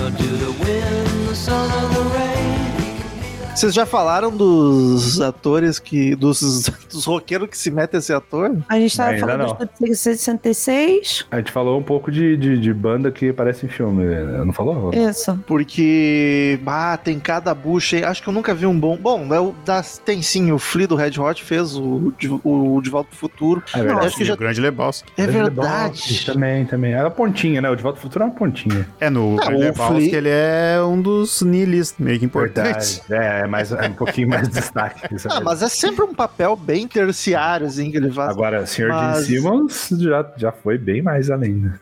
Speaker 7: nor do the wind, the sun, or the rain.
Speaker 3: Vocês já falaram dos atores que. dos, dos roqueiros que se metem a ser ator?
Speaker 4: A gente tava
Speaker 2: Ainda
Speaker 4: falando
Speaker 2: não.
Speaker 4: dos 66.
Speaker 2: A gente falou um pouco de, de, de banda que parece em filme, né? não falou?
Speaker 3: É,
Speaker 4: Isso.
Speaker 3: Porque, ah, tem cada bucha aí. Acho que eu nunca vi um bom. Bom, é o da- tem sim, o Flea do Red Hot fez o, de- o De Volta pro Futuro.
Speaker 2: É verdade.
Speaker 3: acho que
Speaker 5: E
Speaker 3: já-
Speaker 5: o Grande Lebowski.
Speaker 3: É
Speaker 2: Grande
Speaker 3: verdade.
Speaker 2: Lebowski Também, também. É a pontinha, né? O De Volta ao Futuro é uma pontinha.
Speaker 5: É, no
Speaker 3: Ah,
Speaker 5: Grande
Speaker 3: o
Speaker 5: Lebowski
Speaker 3: Flea-
Speaker 5: ele é um dos nihilistas, meio que importante.
Speaker 2: É, é, mas é um pouquinho mais de destaque. isso é
Speaker 3: Ah, mas é sempre um papel bem terciário, assim, que ele
Speaker 2: verdade.
Speaker 3: faz.
Speaker 2: Agora, o Sr.
Speaker 3: mas-
Speaker 2: Gene Simmons já, já foi bem mais além. né?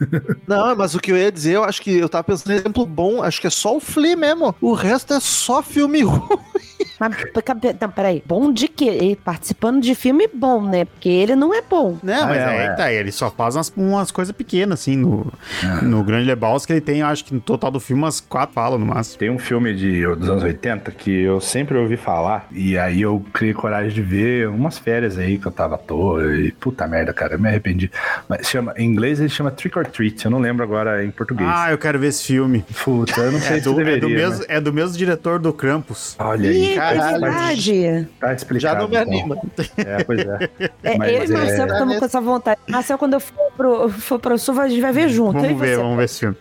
Speaker 3: Não, mas o que eu ia dizer, eu acho que eu tava pensando em exemplo bom, acho que é só o Flea mesmo. O resto é só filme ruim.
Speaker 4: Mas, p- cabe- não, peraí. Bom de quê? Ele Participando de filme bom, né? Porque ele não é bom.
Speaker 5: Não, mas
Speaker 2: não,
Speaker 5: aí
Speaker 2: é.
Speaker 5: tá, ele só faz umas, umas coisas pequenas, assim, no,
Speaker 2: Ah.
Speaker 5: no Grande Lebowski ele tem, acho que no total do filme, umas quatro falas no máximo.
Speaker 2: Tem um filme de, dos anos 80 que eu sempre ouvi falar, e aí eu criei coragem de ver umas férias aí que eu tava à toa, e puta merda, cara, eu me arrependi. Mas chama, em inglês ele chama Trick or Treat, eu não lembro agora em português.
Speaker 5: Ah, eu quero ver esse filme.
Speaker 2: Puta, eu não sei
Speaker 5: É
Speaker 2: se
Speaker 5: do, é,
Speaker 2: deveria, né?
Speaker 5: do
Speaker 2: mas-
Speaker 5: mesmo, é do mesmo diretor do Krampus.
Speaker 2: Olha
Speaker 4: Ih,
Speaker 2: aí, cara,
Speaker 4: é
Speaker 3: caralho.
Speaker 4: verdade.
Speaker 2: tá explicado.
Speaker 3: Já não me
Speaker 2: então.
Speaker 3: anima.
Speaker 2: É, pois é.
Speaker 4: É,
Speaker 2: Mas,
Speaker 4: eu e Marcel
Speaker 2: é,
Speaker 4: estamos com essa vontade. Marcel, quando eu for pro, for pro sul, a gente vai ver junto. Eu e
Speaker 5: Vamos ver,
Speaker 4: você.
Speaker 5: vamos ver esse filme.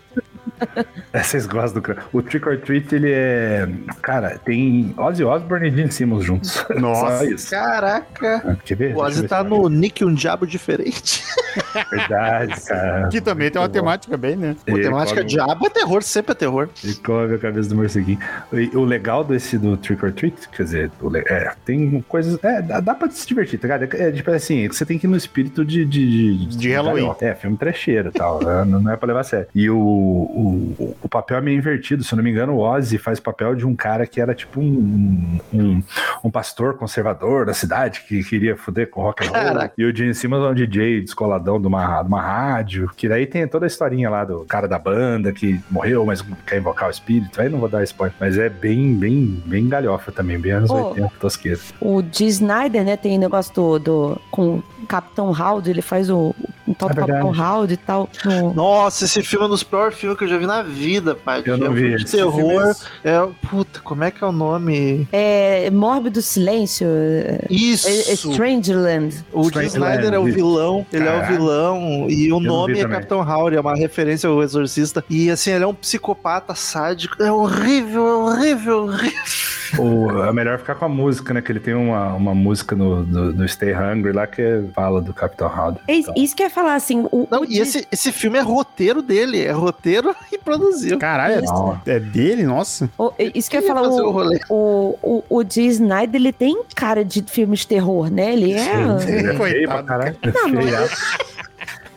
Speaker 2: É, Vocês gostam do Crank. O Trick or Treat, ele é. Cara, tem Ozzy Osbourne e Gene Simmons juntos.
Speaker 5: Nossa.
Speaker 2: Só isso.
Speaker 3: Caraca.
Speaker 2: Quer ver?
Speaker 3: O Ozzy
Speaker 2: Deixa
Speaker 3: tá
Speaker 2: eu ver se eu
Speaker 3: no Nick um Diabo Diferente.
Speaker 2: acho. Verdade, cara.
Speaker 5: Que também tem uma
Speaker 2: Muito bom.
Speaker 5: temática bem, né?
Speaker 3: Pô,
Speaker 2: Ele
Speaker 3: temática
Speaker 2: come-
Speaker 3: Diabo é terror, sempre é terror.
Speaker 2: Ele come a cabeça do morceguinho. E o legal desse do Trick or Treat, quer dizer, o le- é, tem coisas. É, dá, dá pra se divertir, tá ligado? É tipo assim, você tem que ir no espírito de. De,
Speaker 5: De Halloween.
Speaker 2: galhofa. É, filme trecheiro e tal. né? Não não é pra levar a sério. E o, o, o papel é meio invertido. Se eu não me engano, o Ozzy faz papel de um cara que era tipo um, um, um pastor conservador da cidade que queria foder com rock and roll.
Speaker 3: Caraca.
Speaker 2: E o Gene Simmons é um DJ descoladão de uma, de uma rádio. Que daí tem toda a historinha lá do cara da banda que morreu, mas quer invocar o espírito. Aí não vou dar spoiler. Mas é bem, bem, bem galhofa também. Bem anos
Speaker 4: Pô.
Speaker 2: 80, tosqueira.
Speaker 4: O de Snyder, né, tem negócio do, do- com o Capitão Howard, ele faz o, um tal
Speaker 2: É
Speaker 4: do Capitão
Speaker 2: verdade.
Speaker 4: Howard e tal. no-
Speaker 3: Nossa, esse filme é um dos piores filmes que eu já vi na vida, pai.
Speaker 2: Eu não
Speaker 3: É um
Speaker 2: vi
Speaker 3: filme de
Speaker 2: esse filme,
Speaker 3: terror.
Speaker 2: mas-
Speaker 3: É, puta, como é que é o nome?
Speaker 4: É Mórbido Silêncio, é,
Speaker 3: Isso.
Speaker 4: é Strangeland.
Speaker 3: O Dee
Speaker 2: Strange
Speaker 3: Snyder é o
Speaker 2: Land.
Speaker 3: vilão, ele é o
Speaker 2: Caraca.
Speaker 3: vilão, e o
Speaker 2: vi
Speaker 3: nome é
Speaker 2: também.
Speaker 3: Capitão Howdy, é uma referência ao Exorcista. E assim, ele é um psicopata sádico. É horrível, é horrível, horrível.
Speaker 2: Ou é melhor ficar com a música, né? Que ele tem uma, uma música no, do, do Stay Hungry lá que fala do Capitão Howard.
Speaker 4: É isso- isso que eu ia falar, assim... O,
Speaker 3: Então. Não,
Speaker 4: o
Speaker 3: e esse, esse filme é roteiro dele, é roteiro e produziu.
Speaker 5: Caralho, é- é dele? Nossa.
Speaker 4: o- é, isso que eu ia
Speaker 3: Quem ia
Speaker 4: falar,
Speaker 3: fazer
Speaker 4: o-
Speaker 3: o rolê?
Speaker 4: o, o, o de Snyder, ele tem cara de filme de terror, né? Ele é.
Speaker 2: Ele é feio pra
Speaker 5: Coitado,
Speaker 2: caralho.
Speaker 4: Não, não é.
Speaker 2: Feiaço.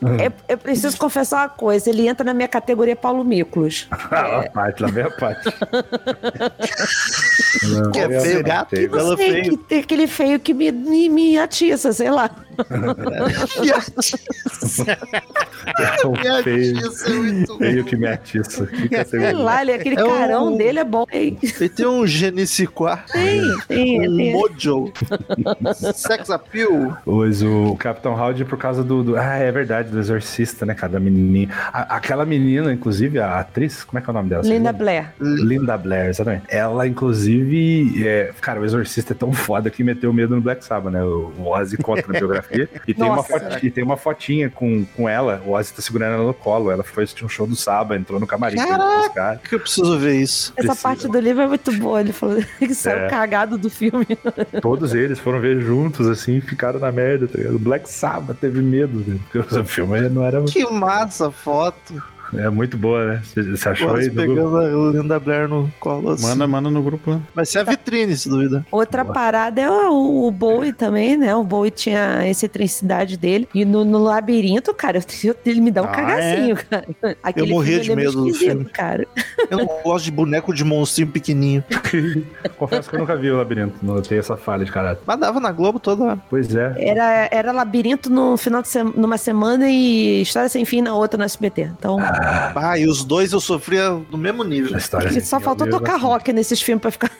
Speaker 4: Eu, é, eu preciso confessar uma coisa: ele entra na minha categoria Paulo Miklos.
Speaker 2: Ah, lá, parte, lá vem a parte.
Speaker 3: Que é feio, gato.
Speaker 4: Não
Speaker 3: Ela
Speaker 4: sei,
Speaker 3: feio.
Speaker 4: que tem aquele feio que me, me, me atiça, sei lá.
Speaker 2: É um feio,
Speaker 3: Isso é muito
Speaker 2: feio que me atiça. Que
Speaker 4: Sei
Speaker 2: categoria.
Speaker 4: lá, ele, aquele
Speaker 3: É o-
Speaker 4: carão dele é bom. Tem,
Speaker 3: Ele tem um Geniciquá,
Speaker 4: tem, tem.
Speaker 3: um
Speaker 4: tem.
Speaker 3: mojo, sex appeal.
Speaker 2: Pois o Capitão Howdy por causa do, do- Ah, é verdade, do Exorcista, né, cara? Da menininha. A- aquela menina, inclusive, a atriz, como é que é o nome dela?
Speaker 4: Linda Blair.
Speaker 2: Linda Blair, exatamente. Ela, inclusive, é, cara, o Exorcista é tão foda que meteu medo no Black Sabbath, né? O o Ozzy conta na biografia. E tem, uma
Speaker 4: Nossa, né?
Speaker 2: foti- e tem uma fotinha com, com ela. O Ozzy tá segurando ela no colo. Ela foi assistir um show do Sabbath, entrou no camarim. foi
Speaker 3: Caraca!
Speaker 2: buscar.
Speaker 3: Que eu preciso ver isso.
Speaker 4: Essa
Speaker 2: Precisa.
Speaker 4: parte do livro é muito boa. Ele falou que saiu
Speaker 2: É.
Speaker 4: cagado do filme.
Speaker 2: Todos eles foram ver juntos, assim, e ficaram na merda, tá ligado? O Black Sabbath teve medo, né? Porque o filme não era.
Speaker 3: Que massa a foto.
Speaker 2: É muito boa, né? Você você achou aí?
Speaker 3: Quase
Speaker 2: Dudu?
Speaker 3: pegando a Linda Blair no colo. Assim.
Speaker 5: Manda, manda no grupo
Speaker 2: né?
Speaker 5: lá.
Speaker 3: Vai ser a vitrine, se duvida.
Speaker 4: Outra parada é o, o Bowie também, né? O Bowie tinha a excentricidade dele. E no, no labirinto, cara, eu- ele me dá um
Speaker 5: Ah,
Speaker 4: cagacinho, cara. Aquele
Speaker 3: morria
Speaker 4: filme,
Speaker 3: de
Speaker 4: ele é
Speaker 3: medo do
Speaker 4: esquisito,
Speaker 3: filme.
Speaker 4: cara.
Speaker 3: Eu não gosto de boneco de monstrinho pequenininho.
Speaker 2: Confesso que eu nunca vi o Labirinto, não tem essa falha de caráter.
Speaker 3: Mas dava na Globo toda hora.
Speaker 2: Pois é.
Speaker 4: Era, era labirinto no final de sema- numa semana e história sem fim na outra no SBT. Então,
Speaker 3: Ah, e os dois eu sofria no mesmo nível.
Speaker 2: A história assim,
Speaker 4: só faltou
Speaker 2: eu- eu-
Speaker 4: tocar rock nesses filmes pra ficar.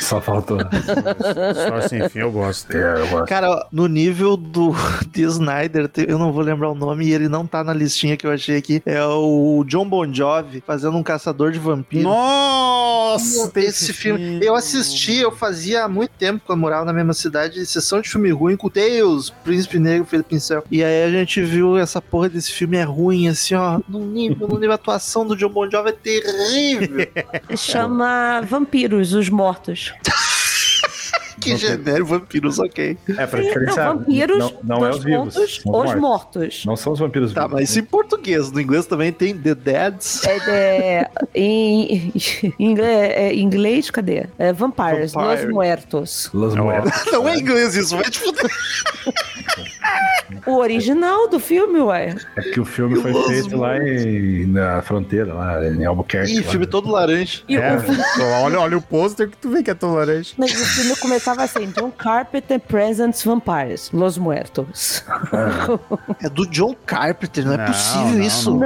Speaker 2: Só faltou.
Speaker 5: Só sem fim eu gosto.
Speaker 2: É, eu gosto.
Speaker 3: Cara, no nível do de Snyder, te- eu não vou lembrar o nome e ele não tá na listinha que eu achei aqui. É o John Bon Jovi fazendo um caçador de vampiros.
Speaker 5: Nossa! tem
Speaker 3: esse filme. Eu assisti, eu fazia há muito tempo que eu morava na mesma cidade, sessão de filme ruim, com Deus, Príncipe Negro, Felipe Pincel. E aí a gente viu essa porra desse filme é ruim, assim, ó, no nível, no nível a atuação do John Bon Jovi é terrível.
Speaker 4: Chama Vampiros, os Mortos.
Speaker 3: que genérico, vampiros, ok.
Speaker 2: É, pra
Speaker 4: Não,
Speaker 2: diferenciar.
Speaker 4: vampiros,
Speaker 2: não, não é
Speaker 4: dois
Speaker 2: os vivos.
Speaker 4: pontos,
Speaker 2: não
Speaker 4: os mortos.
Speaker 2: Não são os vampiros
Speaker 3: Tá,
Speaker 2: vivos.
Speaker 3: mas isso em português, no inglês também tem The Deads.
Speaker 4: É, é, em, em inglês, é, em inglês, cadê? É, vampires,
Speaker 3: Vampire.
Speaker 4: Los Muertos.
Speaker 2: Los Muertos.
Speaker 3: Não é inglês isso, vai te fuder.
Speaker 4: O original do filme, ué.
Speaker 2: É que o filme foi
Speaker 3: Los
Speaker 2: feito lá em, na fronteira, lá em Albuquerque.
Speaker 3: Ih,
Speaker 2: lá. né?
Speaker 3: filme todo laranja.
Speaker 4: E
Speaker 5: É,
Speaker 4: o filme,
Speaker 5: olha, olha o pôster que tu vê que é tão laranja.
Speaker 4: mas o filme começava assim: John Carpenter Presents Vampires, Los Muertos.
Speaker 3: É do John Carpenter, não é
Speaker 5: Não,
Speaker 3: possível
Speaker 5: não,
Speaker 3: isso.
Speaker 5: não.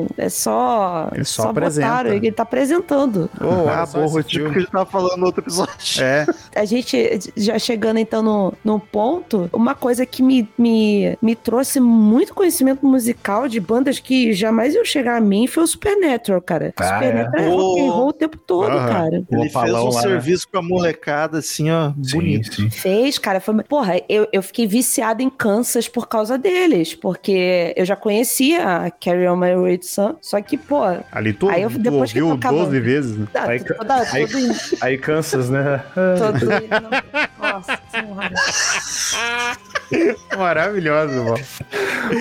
Speaker 4: Não, é só.
Speaker 5: Ele só
Speaker 4: botaram,
Speaker 5: apresenta.
Speaker 4: Ele tá apresentando.
Speaker 5: Oh,
Speaker 3: Ah, bom, o tipo que a gente tava falando no outro episódio.
Speaker 5: É,
Speaker 4: A gente já chegando então no, no ponto, uma coisa que me, me é, me trouxe muito conhecimento musical de bandas que jamais iam chegar a mim foi o Supernatural, cara.
Speaker 2: Ah,
Speaker 4: Supernatural é,
Speaker 3: é?
Speaker 4: rock and roll o tempo todo,
Speaker 5: Aham.
Speaker 4: cara.
Speaker 2: O
Speaker 3: Ele fez
Speaker 2: Opalão
Speaker 3: um
Speaker 2: lá, né?
Speaker 3: serviço pra molecada, assim, ó, bonito.
Speaker 2: Sim, sim.
Speaker 4: Fez, cara. Foi... Porra, eu, eu fiquei viciada em Kansas por causa deles, porque eu já conhecia a Carrie On My Way to Sun, só que, pô, ah,
Speaker 5: Ali tu,
Speaker 4: Aí eu-
Speaker 5: tu
Speaker 4: depois que
Speaker 5: ouviu
Speaker 4: tocava-
Speaker 5: 12 vezes. né?
Speaker 2: Aí-
Speaker 4: toda, toda,
Speaker 2: aí- Aí Kansas, né?
Speaker 4: todo, Nossa senhora.
Speaker 5: Maravilhoso, mano.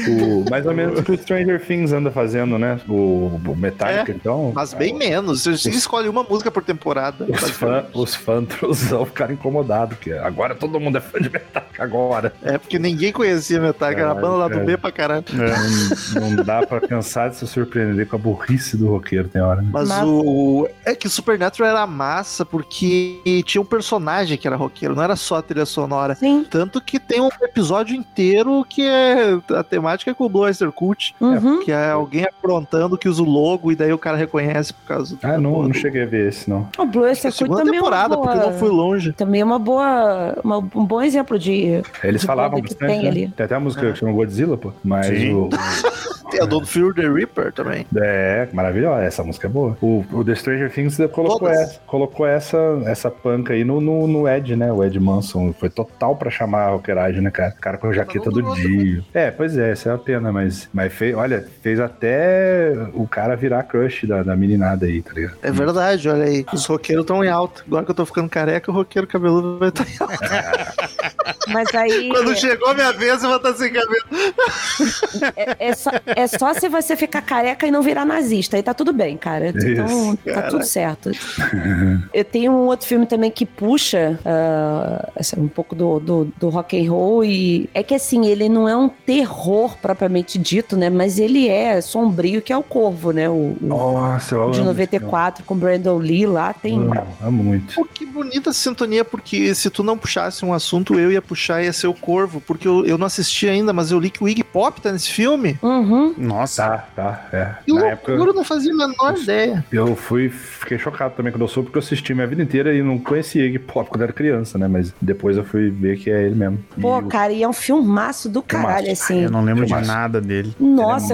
Speaker 2: O- mais ou menos o que o Stranger Things anda fazendo, né? O, o Metallica, então.
Speaker 3: É, Mas bem menos. Você escolhe uma música por temporada.
Speaker 2: Os fãs os fã truzão ficaram incomodados, porque agora todo mundo é fã de Metallica agora.
Speaker 3: É porque ninguém conhecia Metallica, era a banda lá do B pra caralho.
Speaker 2: Não, não dá pra cansar de se surpreender com a burrice do roqueiro, tem hora. né?
Speaker 3: Mas
Speaker 4: Mas-
Speaker 3: o. É que o Supernatural era massa porque tinha um personagem que era roqueiro, não era só a trilha sonora.
Speaker 4: Sim.
Speaker 3: Tanto que tem um episódio inteiro que é. A temática é com o Blue Oyster Cult,
Speaker 4: Uhum.
Speaker 3: que é alguém aprontando que usa o logo e daí o cara reconhece por causa
Speaker 2: Ah, não,
Speaker 3: porra
Speaker 2: não
Speaker 3: do-
Speaker 2: cheguei a ver esse, não.
Speaker 4: O Blue Oyster Cult
Speaker 3: Segunda
Speaker 4: também é uma
Speaker 3: temporada,
Speaker 4: boa-
Speaker 3: porque eu não fui longe.
Speaker 4: Também é uma boa, uma- um bom exemplo de.
Speaker 2: Eles
Speaker 4: De
Speaker 2: falavam
Speaker 4: banda que
Speaker 2: bastante.
Speaker 4: tem
Speaker 2: né?
Speaker 4: ali.
Speaker 2: Tem até a música que chama Godzilla, pô. Mas
Speaker 5: Sim.
Speaker 2: o.
Speaker 3: Tem a do Fear the Reaper também.
Speaker 2: É, maravilhosa. Essa música é boa. O, o The Stranger Things colocou,
Speaker 3: Todas.
Speaker 2: essa, colocou essa, essa panca aí no, no, no Ed, né? O Ed Manson. Foi total pra chamar a roqueiragem, né, cara? O cara com a jaqueta
Speaker 3: não
Speaker 2: do
Speaker 3: durou
Speaker 2: Dio. É, pois é, essa é a pena, mas, mas fez, olha, fez até o cara virar crush da, da meninada aí, tá ligado?
Speaker 3: É verdade, olha aí. Os roqueiros estão em alta. Agora que eu tô ficando careca, o roqueiro cabeludo vai tá- estar em alta.
Speaker 4: Mas aí.
Speaker 3: Quando chegou a minha vez, eu vou estar sem cabelo.
Speaker 4: É, é só, é só se você ficar careca e não virar nazista. Aí tá tudo bem, cara. Então
Speaker 2: Isso,
Speaker 4: tá tudo certo. Eu tenho um outro filme também que puxa ah, assim, um pouco do, do, do rock and roll e é que assim ele não é um terror propriamente dito, né? Mas ele é sombrio que é o Corvo, né? O, o
Speaker 2: Nossa, eu amo.
Speaker 4: de
Speaker 2: esse
Speaker 4: 94 com Brandon Lee lá tem.
Speaker 2: filme. Amo, amo muito.
Speaker 3: Pô, que bonita essa sintonia, porque se tu não puxasse um assunto, eu ia puxar ia ser o Corvo, porque eu, eu não assisti ainda, mas eu li que o Iggy Pop tá nesse filme.
Speaker 4: Uhum.
Speaker 5: Nossa.
Speaker 2: Tá, tá, é.
Speaker 3: Que
Speaker 2: Na
Speaker 3: loucura,
Speaker 2: época
Speaker 3: eu não fazia a menor
Speaker 2: Isso.
Speaker 3: ideia.
Speaker 2: eu fui, fiquei chocado também quando eu soube, porque eu assisti minha vida inteira e não conhecia Iggy Pop quando era criança, né? Mas depois eu fui ver que é ele mesmo.
Speaker 4: Pô,
Speaker 2: E o-
Speaker 4: cara, e é um filmaço do
Speaker 2: Filmaço. É
Speaker 4: caralho, assim.
Speaker 5: Eu não lembro de
Speaker 2: Filmaço.
Speaker 5: nada dele.
Speaker 4: Nossa,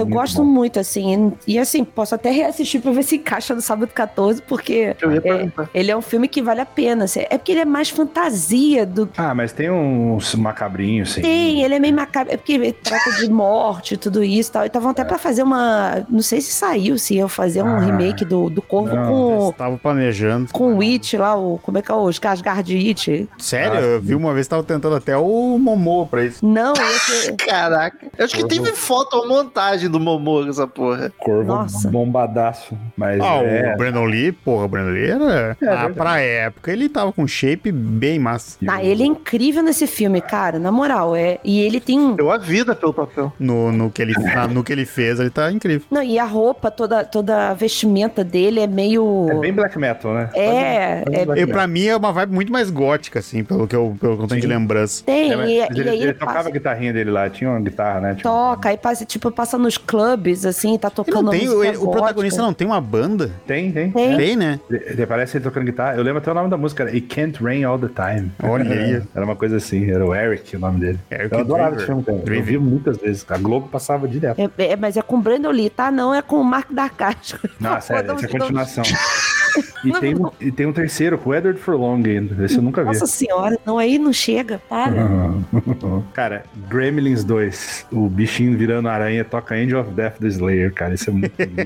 Speaker 2: Ele é
Speaker 4: eu
Speaker 2: muito
Speaker 4: gosto
Speaker 2: bom.
Speaker 4: muito, assim. E, e, assim, posso até reassistir pra ver se encaixa no sábado 14, porque
Speaker 3: Eu ia
Speaker 4: é,
Speaker 3: perguntar.
Speaker 4: ele é um filme que vale a pena. assim. É porque ele é mais fantasia do que
Speaker 2: Ah, mas tem uns macabrinhos, sim.
Speaker 4: tem. Ele é meio macabro. É porque ele trata de morte e tudo isso e tal. E estavam até pra fazer uma. Não sei se saiu, se eu fazer um
Speaker 2: Ah.
Speaker 4: remake do, do Corvo
Speaker 2: Não,
Speaker 4: com.
Speaker 5: Eles estavam planejando.
Speaker 4: Com o It lá, o, como é que é o Skarsgård It?
Speaker 5: Sério,
Speaker 2: Ah,
Speaker 5: eu vi uma vez, tava tentando até o Momô pra isso.
Speaker 4: Não, é esse,
Speaker 3: Caraca. Eu acho que
Speaker 2: Corvo.
Speaker 3: teve fotomontagem do Momô com essa porra.
Speaker 2: Corvo
Speaker 4: Nossa.
Speaker 2: bombadaço. Mas
Speaker 5: Ah,
Speaker 2: é.
Speaker 5: o Brandon Lee, porra, o Brandon Lee era...
Speaker 2: É,
Speaker 5: ah,
Speaker 2: verdade.
Speaker 5: pra época, ele tava com shape bem massa.
Speaker 4: Ah, ele é incrível nesse filme, cara, na moral. É, e ele tem um.
Speaker 3: Deu a vida pelo papel.
Speaker 5: No, no, que ele, na- no que ele fez, ele tá incrível.
Speaker 4: Não, e a roupa, toda, toda a vestimenta dele é meio.
Speaker 2: É bem black metal, né?
Speaker 4: É,
Speaker 2: Faz um- faz um
Speaker 4: é-
Speaker 2: black
Speaker 5: E
Speaker 2: metal.
Speaker 5: pra mim é uma vibe muito mais gótica, assim, pelo que eu, pelo que eu tenho de lembrança.
Speaker 4: tem.
Speaker 2: É, mas
Speaker 4: e,
Speaker 2: ele,
Speaker 4: e aí
Speaker 2: ele
Speaker 4: ele
Speaker 2: tocava
Speaker 4: passa,
Speaker 2: a guitarrinha dele lá, tinha uma guitarra, né? Tipo,
Speaker 4: toca, aí passa, tipo, passa nos clubes, assim, tá
Speaker 5: Ele não
Speaker 4: tocando.
Speaker 5: tem,
Speaker 4: música tipo,
Speaker 5: ele- o
Speaker 4: gótica.
Speaker 5: protagonista não tem uma banda?
Speaker 2: Tem, tem.
Speaker 4: Tem.
Speaker 5: Tem, né?
Speaker 2: Ele- ele Parece ele tocando guitarra. Eu lembro até o nome da música, era It Can't Rain All the Time.
Speaker 5: Olha aí.
Speaker 2: Era uma coisa assim, era o Eric o nome dele.
Speaker 5: Eric
Speaker 2: eu adorava esse
Speaker 5: É, Driver.
Speaker 2: filme, cara. Eu
Speaker 5: Driver.
Speaker 2: vi muitas vezes. A Globo passava direto.
Speaker 4: É, é, mas é com o Brandon Lee, tá? Não, é com o Mark Darkasco.
Speaker 2: Não, sério,
Speaker 4: Não,
Speaker 2: essa é a
Speaker 4: não.
Speaker 2: continuação. E
Speaker 4: Não,
Speaker 2: tem, um,
Speaker 4: não.
Speaker 2: e tem um terceiro, com o Edward Furlong ainda. Esse eu nunca vi.
Speaker 4: Nossa senhora, não, aí não chega,
Speaker 2: Uhum,
Speaker 4: para.
Speaker 2: Cara, Gremlins 2, o bichinho virando aranha toca End of Death do Slayer, cara. Isso é muito. lindo.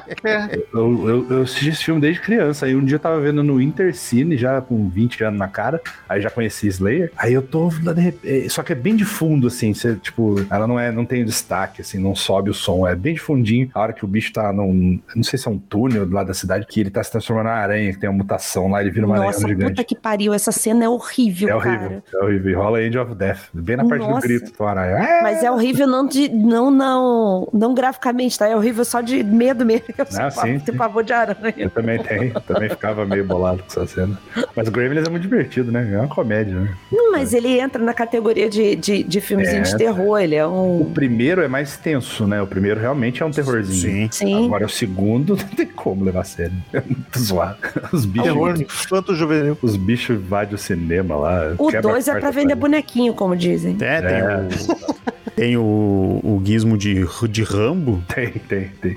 Speaker 3: Caraca.
Speaker 2: eu, eu, eu assisti esse filme desde criança. Aí um dia eu tava vendo no Intercine, já com 20 anos na cara. Aí já conheci Slayer. Aí eu tô. lá de rep- eh, Só que é bem de fundo, assim. Você, tipo, ela não é, não tem destaque, assim, não sobe o som. É bem de fundinho. A hora que o bicho tá num. Não sei se é um túnel lá da cidade, que ele tá se transformando na aranha, que tem uma mutação lá, ele vira uma
Speaker 4: Nossa,
Speaker 2: aranha gigante.
Speaker 4: puta que pariu, essa cena é horrível,
Speaker 2: É
Speaker 4: cara.
Speaker 2: horrível, é horrível. E rola End of Death. Bem na parte do
Speaker 4: Nossa.
Speaker 2: grito do aranha. Ah!
Speaker 4: Mas é horrível não de. Não, não. Não graficamente, tá? É horrível só de medo mesmo. Eu
Speaker 2: Ah,
Speaker 4: só
Speaker 2: sim,
Speaker 4: tenho
Speaker 2: sim.
Speaker 4: pavor de aranha.
Speaker 2: Eu também tenho, também ficava meio bolado com essa cena. Mas Gremlins é muito divertido, né? É uma comédia, né?
Speaker 4: Não, mas ele entra na categoria de, de, de filmezinho
Speaker 2: É.
Speaker 4: de terror, ele é
Speaker 2: O
Speaker 4: um.
Speaker 2: primeiro é mais tenso, né? O primeiro realmente é um terrorzinho.
Speaker 5: Sim.
Speaker 4: Sim.
Speaker 2: Agora o segundo não tem como levar a sério. É muito zoado. Os
Speaker 4: É
Speaker 3: Terror
Speaker 2: bichos,
Speaker 4: né?
Speaker 3: infanto juvenil.
Speaker 2: os bichos invadem o cinema lá.
Speaker 4: O
Speaker 2: quebra a
Speaker 4: 2 é
Speaker 2: quarta
Speaker 4: pra vender
Speaker 2: parede.
Speaker 4: bonequinho, como dizem.
Speaker 5: É, tem
Speaker 2: É.
Speaker 5: o... tem o, o gizmo de, de Rambo.
Speaker 2: Tem, tem, tem.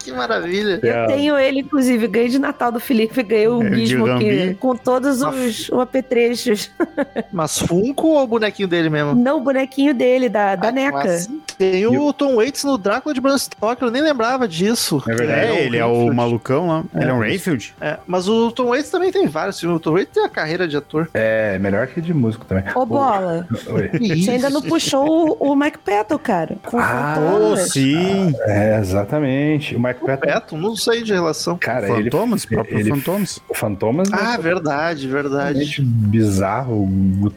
Speaker 3: Que maravilha.
Speaker 5: É.
Speaker 4: um. Eu tenho ele, inclusive, ganhei de Natal do Felipe, ganhei o
Speaker 5: É, de
Speaker 4: Gizmo
Speaker 5: Gambi.
Speaker 4: que, com todos os os apetrechos.
Speaker 3: Mas Funko ou o bonequinho dele mesmo?
Speaker 4: Não, o bonequinho dele, da, da NECA.
Speaker 3: Mas tem o Tom Waits no Drácula de Bram Stoker, eu nem lembrava disso.
Speaker 2: É verdade.
Speaker 5: É, ele é o
Speaker 3: Renfield.
Speaker 5: malucão lá. Ele é um Rayfield?
Speaker 3: É, mas o Tom Waits também tem vários filmes. O Tom Waits tem a carreira de ator.
Speaker 2: É, melhor que de músico também.
Speaker 4: Ô, Bola,
Speaker 2: Oi.
Speaker 4: você ainda não puxou o, o Mike Patton, cara. Com
Speaker 2: Ah,
Speaker 5: Oh,
Speaker 4: fantasmas.
Speaker 5: sim.
Speaker 2: É, exatamente. O Mike Patton,
Speaker 3: Beto, não sei de relação.
Speaker 2: cara, ele...
Speaker 5: Fantomas, próprio
Speaker 2: ele-
Speaker 5: Fantomas.
Speaker 2: O Fantomas né,
Speaker 3: Ah, verdade, verdade.
Speaker 2: realmente bizarro,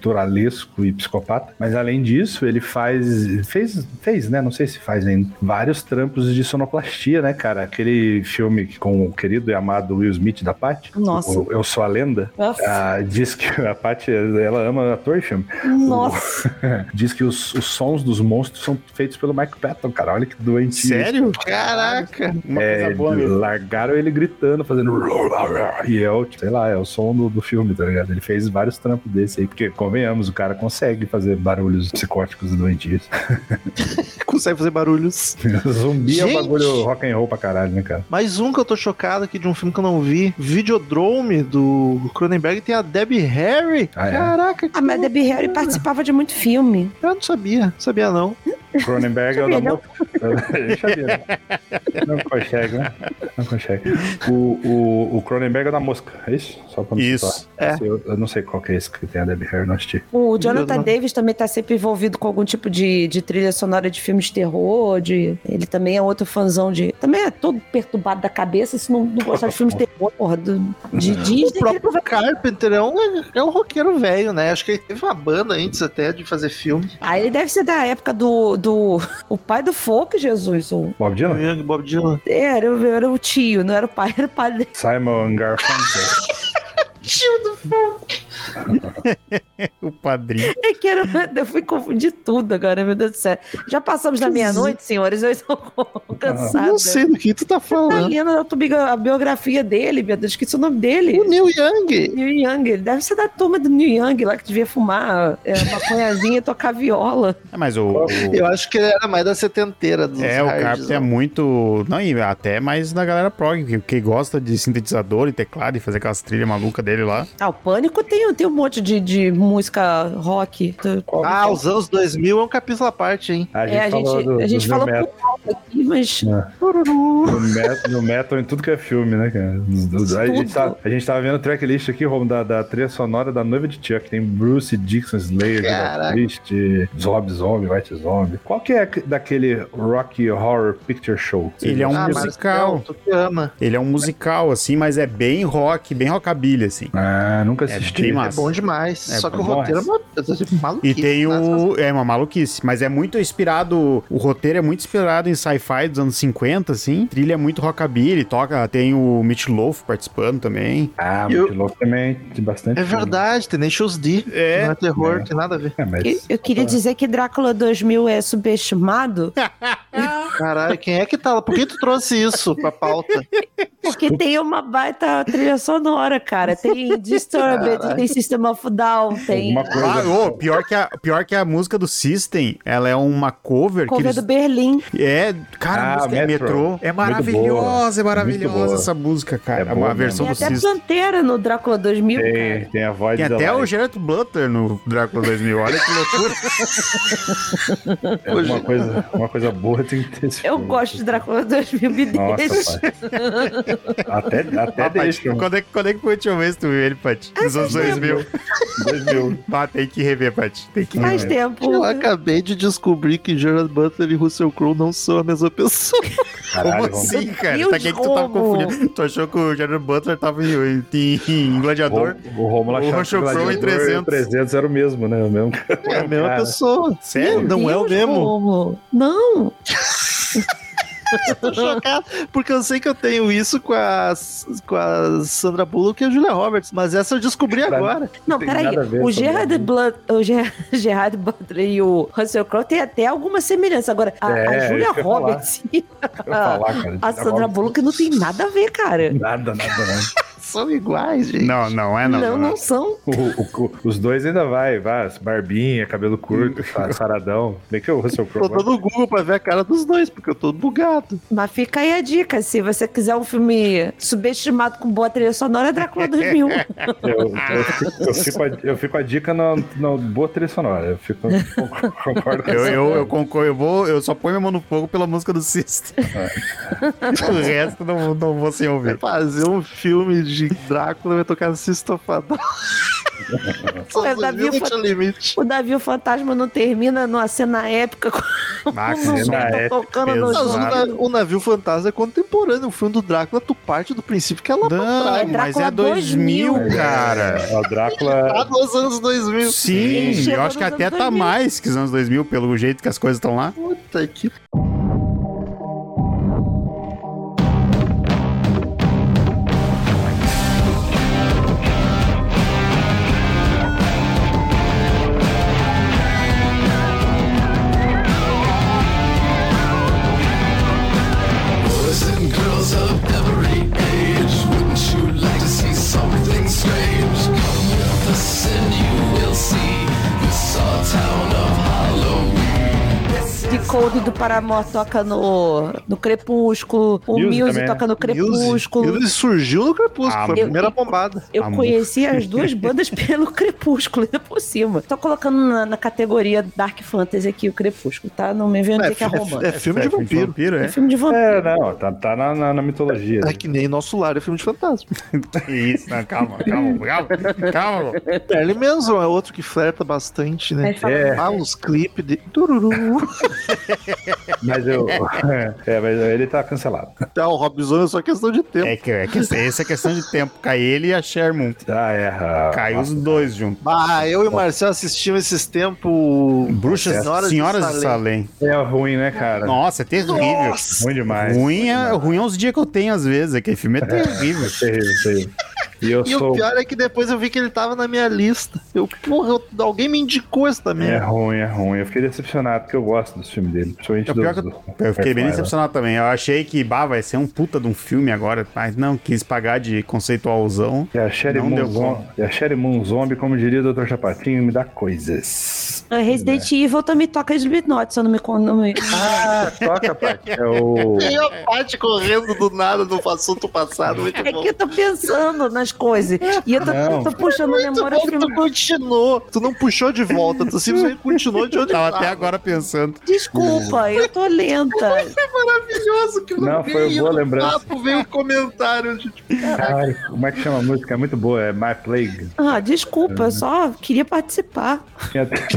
Speaker 2: guturalesco e psicopata. Mas além disso, ele faz. Fez, fez, né? Não sei se faz ainda. Vários trampos de sonoplastia, né, cara? Aquele filme com o querido e amado Will Smith da Paty.
Speaker 4: Nossa.
Speaker 2: o Eu Sou a Lenda.
Speaker 4: Nossa,
Speaker 2: Ah, diz que a Paty, ela ama ator e filme.
Speaker 5: Ah,
Speaker 4: nossa.
Speaker 2: Diz que os, os sons dos monstros são feitos pelo Mike Patton, cara. Olha que doente. isso.
Speaker 5: Sério?
Speaker 3: Caraca.
Speaker 5: Uma
Speaker 2: É,
Speaker 5: coisa boa mesmo.
Speaker 2: largaram ele gritando, fazendo. E é o, sei lá, é o som do, do filme, tá ligado? Ele fez vários trampos desse aí, porque, convenhamos, o cara consegue fazer barulhos psicóticos e doentios.
Speaker 3: Consegue fazer barulhos.
Speaker 2: Zumbi é
Speaker 3: Gente!
Speaker 2: um bagulho rock and roll pra caralho, né, cara?
Speaker 3: Mais um que eu tô chocado aqui de um filme que eu não vi. Videodrome do Cronenberg tem a Debbie Harry.
Speaker 2: Ah, é?
Speaker 3: Caraca, que
Speaker 4: A Mad Debbie Harry participava de muito filme.
Speaker 3: eu não sabia. Não sabia, não.
Speaker 2: Cronenberg é o da
Speaker 4: Sabia, não?
Speaker 2: boca. Deixa eu ver, né? Não consegue, né? Não consegue. O, o, o Cronenberg é o da mosca, é isso? Só pra me
Speaker 5: Isso.
Speaker 2: situar.
Speaker 3: É.
Speaker 2: Esse Eu, eu não sei qual que é esse que tem a Debbie Harry, não assisti.
Speaker 4: O Jonathan
Speaker 3: Não.
Speaker 4: Davis também tá sempre envolvido com algum tipo de, de trilha sonora de filmes de terror. De... Ele também é outro fãzão de. Também é todo perturbado da cabeça. Se não, não gostar de filmes de terror, porra, do, de Disney.
Speaker 3: Uhum. O próprio Carpenter é um, é um roqueiro velho, né? Acho que ele teve uma banda antes até de fazer filme.
Speaker 4: Aí ele deve ser da época do. do o pai do folk, Jesus. O,
Speaker 2: Bob
Speaker 3: O
Speaker 2: Dylan?
Speaker 3: Young Bob Dylan.
Speaker 4: era, era o tio, não era o pai, era o pai dele.
Speaker 2: Simon Garfunkel.
Speaker 5: O padrinho.
Speaker 4: É que era, eu fui confundir tudo agora, meu Deus do céu. Já passamos da meia-noite, senhores, eu estou
Speaker 3: Ah.
Speaker 4: cansada.
Speaker 3: Não sei do que tu tá
Speaker 4: Tá
Speaker 3: falando.
Speaker 4: lendo a autobiga- a biografia dele, meu Deus, esqueci o nome dele.
Speaker 3: O Neil Young.
Speaker 4: Neil Young, ele deve ser da turma do Neil Young lá que devia fumar é, maconhazinha e tocar viola.
Speaker 5: É, mas o. o-
Speaker 3: Eu acho que ele era mais da setenteira dos
Speaker 5: É, o
Speaker 3: hards,
Speaker 5: Carpenter
Speaker 3: né?
Speaker 5: é muito. Não, e até mais da galera prog, que, que gosta de sintetizador e teclado e fazer aquelas trilhas malucas dele lá.
Speaker 4: Ah, o Pânico tem, tem um monte de, de música rock.
Speaker 2: Qual-
Speaker 3: Ah, os anos 2000 é um capítulo à parte, hein?
Speaker 2: A
Speaker 4: É, a gente,
Speaker 2: do-
Speaker 4: a gente
Speaker 2: do
Speaker 4: falou
Speaker 2: New
Speaker 4: por alto aqui, mas
Speaker 2: No metal, no metal, em tudo que é filme, né, cara? Dos- dos- A gente,
Speaker 4: Tudo.
Speaker 2: tá, a gente tava vendo o tracklist aqui, Romo, da, da trilha sonora da noiva de Chuck. Tem Bruce, Dixon, Slayer, Judas
Speaker 3: Caraca.
Speaker 2: Priest, Zob Zombie, White Zombie. Qual que é daquele Rock Horror Picture Show?
Speaker 5: Ele é um
Speaker 3: ah,
Speaker 5: musical.
Speaker 3: Marcel, tu que ama.
Speaker 5: Ele é um musical, assim, mas é bem rock, bem rockabilly, assim.
Speaker 2: Ah, nunca
Speaker 5: É
Speaker 2: assisti.
Speaker 5: bem
Speaker 3: É
Speaker 5: massa.
Speaker 3: bom demais.
Speaker 5: É
Speaker 3: Só que
Speaker 5: bom
Speaker 3: o roteiro é uma
Speaker 5: E
Speaker 3: maluquice.
Speaker 5: tem
Speaker 3: né?
Speaker 5: o. É uma maluquice, mas é muito inspirado. O roteiro é muito inspirado em sci-fi dos anos 50, assim. Trilha é muito rockabilly, toca. Tem o Mitch Loaf participando também.
Speaker 2: Ah,
Speaker 3: Eu-
Speaker 2: muito louco também. Tem bastante.
Speaker 3: É
Speaker 2: filme.
Speaker 3: verdade, tem nem shows de.
Speaker 5: É.
Speaker 3: Não é terror,
Speaker 2: É.
Speaker 3: tem nada a ver.
Speaker 2: É, mas
Speaker 4: eu, eu queria dizer que Drácula 2000 é subestimado
Speaker 2: É.
Speaker 3: Caralho, quem é que tá lá? Por que tu trouxe isso pra pauta?
Speaker 4: porque tem uma baita trilha sonora, cara. Tem Disturbed,
Speaker 3: Caralho.
Speaker 4: tem System of Down, tem
Speaker 2: alguma coisa.
Speaker 5: Ah, ô, pior, que a, pior que a música do System, ela é uma cover, que
Speaker 4: cover
Speaker 5: eles
Speaker 4: do Berlim.
Speaker 5: É, cara,
Speaker 2: Ah,
Speaker 5: a música é
Speaker 2: Metro.
Speaker 5: metrô. É
Speaker 2: Muito boa.
Speaker 5: maravilhosa,
Speaker 2: Muito
Speaker 5: é
Speaker 2: boa.
Speaker 5: maravilhosa essa música, cara.
Speaker 2: É
Speaker 5: É
Speaker 2: boa
Speaker 5: uma versão
Speaker 4: Tem
Speaker 5: do
Speaker 4: até
Speaker 5: System.
Speaker 4: Planteira no Drácula 2000, cara.
Speaker 2: Tem, tem a voz
Speaker 5: Tem
Speaker 2: da
Speaker 5: até o
Speaker 2: Light.
Speaker 5: Gerard Butler no Drácula 2000. Olha que loucura.
Speaker 2: É uma coisa, uma coisa boa tem que ter esse
Speaker 4: Eu
Speaker 2: filme.
Speaker 4: gosto de Drácula 2000, me deixa.
Speaker 2: Nossa, pai. até até
Speaker 5: Ah, Paty,
Speaker 2: deixa.
Speaker 5: quando, é, quando é que foi a última vez que tu viu ele, Paty? Nos anos 2000.
Speaker 2: 2000.
Speaker 5: Ah, tem que rever, Paty. Tem que
Speaker 4: Faz
Speaker 2: é
Speaker 5: rever.
Speaker 4: tempo.
Speaker 3: Eu acabei de descobrir que Gerard Butler e Russell Crowe não são a mesma pessoa.
Speaker 5: Como
Speaker 2: Caralho, vamos-
Speaker 5: assim, cara?
Speaker 4: Meu
Speaker 5: Tá que que tu tava
Speaker 4: jogo.
Speaker 5: confundindo? Tu achou que o Gerard Butler tava em, em- em Gladiador?
Speaker 2: O, o Romulo
Speaker 5: O
Speaker 2: achava que
Speaker 5: Russell
Speaker 2: o
Speaker 5: Crowe
Speaker 2: Gladiador
Speaker 5: em
Speaker 2: e
Speaker 5: 300.
Speaker 2: 300 era o mesmo, né? O mesmo cara.
Speaker 3: É a mesma
Speaker 2: Cara.
Speaker 3: pessoa.
Speaker 5: Sério?
Speaker 3: Não é o
Speaker 4: Deus,
Speaker 3: mesmo.
Speaker 4: Romulo. Não.
Speaker 3: Tô chocado, porque eu sei que eu tenho isso com a, com a Sandra Bullock e a Julia Roberts, mas essa eu descobri
Speaker 2: Pra-
Speaker 3: agora.
Speaker 4: Não,
Speaker 2: Tem
Speaker 4: peraí.
Speaker 2: nada a ver
Speaker 4: O
Speaker 2: essa
Speaker 4: Gerard,
Speaker 2: merda.
Speaker 4: Blunt, o Ger- Gerard Butler e o Russell Crowe têm até alguma semelhança. Agora, a,
Speaker 2: É,
Speaker 4: a
Speaker 2: isso
Speaker 4: Julia
Speaker 2: que eu ia falar.
Speaker 4: Roberts e
Speaker 2: Eu ia falar, cara. tá
Speaker 4: a Sandra Bullock não tem nada a ver, cara.
Speaker 2: Nada, nada, nada.
Speaker 3: são iguais, gente.
Speaker 5: Não, não é não.
Speaker 3: não,
Speaker 5: não.
Speaker 3: não são.
Speaker 2: O- o- o- os dois ainda vai, vai, barbinha, cabelo curto, sa- saradão. Bem que eu Russell
Speaker 3: Tô
Speaker 2: Crowe.
Speaker 3: dando Google pra ver a cara dos dois, porque eu tô bugado.
Speaker 4: Mas fica aí a dica, se você quiser um filme subestimado com boa trilha sonora, é Drácula 2001.
Speaker 2: Eu, eu, fico, eu fico a, eu fico a dica na, na boa trilha sonora. Eu fico, concordo com
Speaker 5: Eu,
Speaker 2: essa-
Speaker 5: eu, eu concordo, eu, vou, eu só ponho minha mão no fogo pela música do System. o resto não, não vou sem
Speaker 3: Vai
Speaker 5: ouvir.
Speaker 3: fazer um filme de Drácula vai tocar Sistofadão.
Speaker 4: É, Davi, eu fa-
Speaker 3: limite.
Speaker 4: O Davi o Fantasma não termina numa cena épica com
Speaker 5: Ah,
Speaker 4: o
Speaker 5: cena
Speaker 4: tá
Speaker 5: épica,
Speaker 4: tocando no
Speaker 5: pesado.
Speaker 3: Mas o,
Speaker 4: jogo.
Speaker 3: na- o navio fantasma é contemporâneo. O filme do Drácula, tu parte do princípio que ela
Speaker 5: Não,
Speaker 4: É
Speaker 5: mas
Speaker 4: Drácula
Speaker 5: é 2000,
Speaker 4: 2000,
Speaker 5: cara.
Speaker 2: É, O
Speaker 3: tá
Speaker 2: Drácula.
Speaker 3: nos anos 2000.
Speaker 5: Sim,
Speaker 4: Chegou
Speaker 5: eu acho que
Speaker 4: nos
Speaker 5: até
Speaker 4: anos
Speaker 5: tá
Speaker 4: 2000.
Speaker 5: mais que os anos 2000, pelo jeito que as coisas estão lá.
Speaker 3: Puta que
Speaker 8: Boys and girls of every age, wouldn't you like to see something strange? Come with us and you will see this our town of Halloween.
Speaker 4: De Cold do Paramore toca no, no Crepúsculo, o
Speaker 2: Muse
Speaker 4: Muse
Speaker 2: também,
Speaker 4: toca no Crepúsculo.
Speaker 3: Ele surgiu no Crepúsculo,
Speaker 5: Ah,
Speaker 3: foi a
Speaker 5: eu-
Speaker 3: primeira bombada.
Speaker 4: Eu
Speaker 5: A mu-
Speaker 4: conheci as duas bandas pelo Crepúsculo, ainda por cima. Tô colocando na, na categoria Dark Fantasy aqui o Crepúsculo, tá? Não me venha
Speaker 3: É,
Speaker 4: dizer que é
Speaker 3: é,
Speaker 4: romano.
Speaker 3: é filme de
Speaker 5: É,
Speaker 3: vampiro.
Speaker 4: É,
Speaker 5: é.
Speaker 4: filme de vampiro.
Speaker 2: É, não, tá, tá na, na, na mitologia.
Speaker 3: É que nem Nosso Lar, é filme de fantasma.
Speaker 5: Isso, não, calma, calma, calma, calma.
Speaker 3: Perry Manson é outro que flerta bastante, né?
Speaker 4: Aí fala,
Speaker 2: É.
Speaker 3: Ah, uns clipes de... Tururu.
Speaker 2: Mas eu. É, mas ele tá cancelado.
Speaker 3: Tá, o Robinson é só questão de tempo.
Speaker 5: É que, é que essa é questão de tempo. Cai ele e a Sherman.
Speaker 2: Ah, é. ah,
Speaker 5: Caiu os dois juntos.
Speaker 3: Ah, eu e o Marcel assistimos esses tempos...
Speaker 5: Bruxas,
Speaker 3: Senhoras de
Speaker 5: Senhoras
Speaker 3: Salem.
Speaker 5: de Salem.
Speaker 2: É ruim, né, cara?
Speaker 5: Nossa, é terrível.
Speaker 2: Ruim demais.
Speaker 5: Ruim é, ruim é os dias que eu tenho, às vezes. Aquele filme é terrível.
Speaker 2: Terrível, terrível. E eu
Speaker 3: E
Speaker 2: sou.
Speaker 3: o pior é que depois eu vi que ele tava na minha lista. Eu, porra, eu- alguém me indicou essa também.
Speaker 2: É ruim, é ruim. Eu fiquei decepcionado porque eu gosto dos filmes dele. Principalmente
Speaker 5: É o pior
Speaker 2: do,
Speaker 5: que eu, eu fiquei bem decepcionado também. Eu achei que, bah, vai ser um puta de um filme agora, mas não, quis pagar de conceitualzão.
Speaker 2: E a Sherry
Speaker 5: Não
Speaker 2: Moon
Speaker 5: deu
Speaker 2: Zombie, e a Sherry Moon Zombie, como diria o Dr. Chapatinho, me dá coisas.
Speaker 4: "Ah, Resident Evil também toca Slipknot, se eu não me... con- Não me...
Speaker 2: Ah, toca, Paty. É o...
Speaker 3: Tem a parte correndo do nada do assunto passado. Muito
Speaker 4: É
Speaker 3: bom.
Speaker 4: que eu tô pensando nas coisas. E eu tô,
Speaker 2: Não.
Speaker 4: tô puxando a
Speaker 3: Muito
Speaker 4: memória
Speaker 3: bom
Speaker 4: do
Speaker 3: que tu
Speaker 4: filme.
Speaker 3: continuou. Tu não puxou de volta, tu simplesmente continuou de onde
Speaker 5: Tava
Speaker 3: tava.
Speaker 5: até agora pensando.
Speaker 4: Desculpa, eu tô lenta.
Speaker 3: Maravilhoso que
Speaker 2: Não, foi
Speaker 3: veio
Speaker 2: boa
Speaker 3: no
Speaker 2: lembrança.
Speaker 3: papo, veio um comentário. Tipo,
Speaker 2: Caralho, como é que chama a música? É muito boa, é My Plague.
Speaker 4: Ah, desculpa, eu só queria participar.
Speaker 2: Tinha até,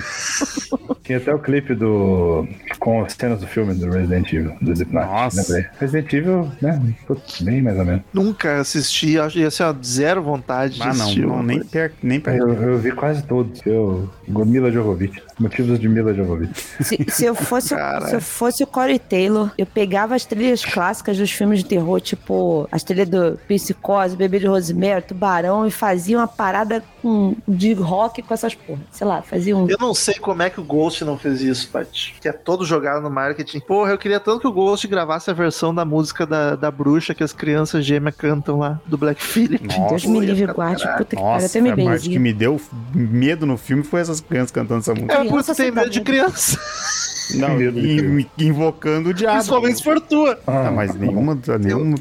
Speaker 2: tinha até o clipe do... com as cenas do filme do Resident Evil, do Slipknot.
Speaker 5: Nossa.
Speaker 2: lembrei. Resident Evil, né, putz, bem mais ou menos.
Speaker 3: nunca assisti, acho que assim, ó, zero vontade de
Speaker 5: Ah, não,
Speaker 3: assistir.
Speaker 5: não, nem, per, nem per-
Speaker 2: Eu, eu vi quase todos. Eu... Mila Jovovich. Motivos de Mila Jovovich.
Speaker 4: Se, se eu fosse,
Speaker 3: Cara.
Speaker 4: se eu fosse o Corey Taylor, eu pegava as trilhas clássicas dos filmes de terror, tipo as trilhas do Psicose, Bebê de Rosemary, Tubarão, e fazia uma parada com, de rock com essas porra. Sei lá, fazia um.
Speaker 3: Eu não sei como é que o Ghost não fez isso, Paty. Que é todo jogado no marketing. Porra, eu queria tanto que o Ghost gravasse a versão da música da, da bruxa que as crianças gêmeas cantam lá, do Black Phillip.
Speaker 4: Deus
Speaker 5: Nossa,
Speaker 4: me livre e guarde. Puta que pariu,
Speaker 5: nossa
Speaker 4: até me
Speaker 5: a parte que
Speaker 4: benzi.
Speaker 5: me deu medo no filme foi essas crianças cantando essa
Speaker 3: É
Speaker 5: música.
Speaker 3: por isso
Speaker 4: Criança
Speaker 3: que tem medo
Speaker 4: sentada.
Speaker 3: de criança.
Speaker 5: Não,
Speaker 2: medo do
Speaker 5: e- e- invocando o diabo.
Speaker 3: Principalmente se for tua.
Speaker 5: Ah, mas nenhuma, nenhuma.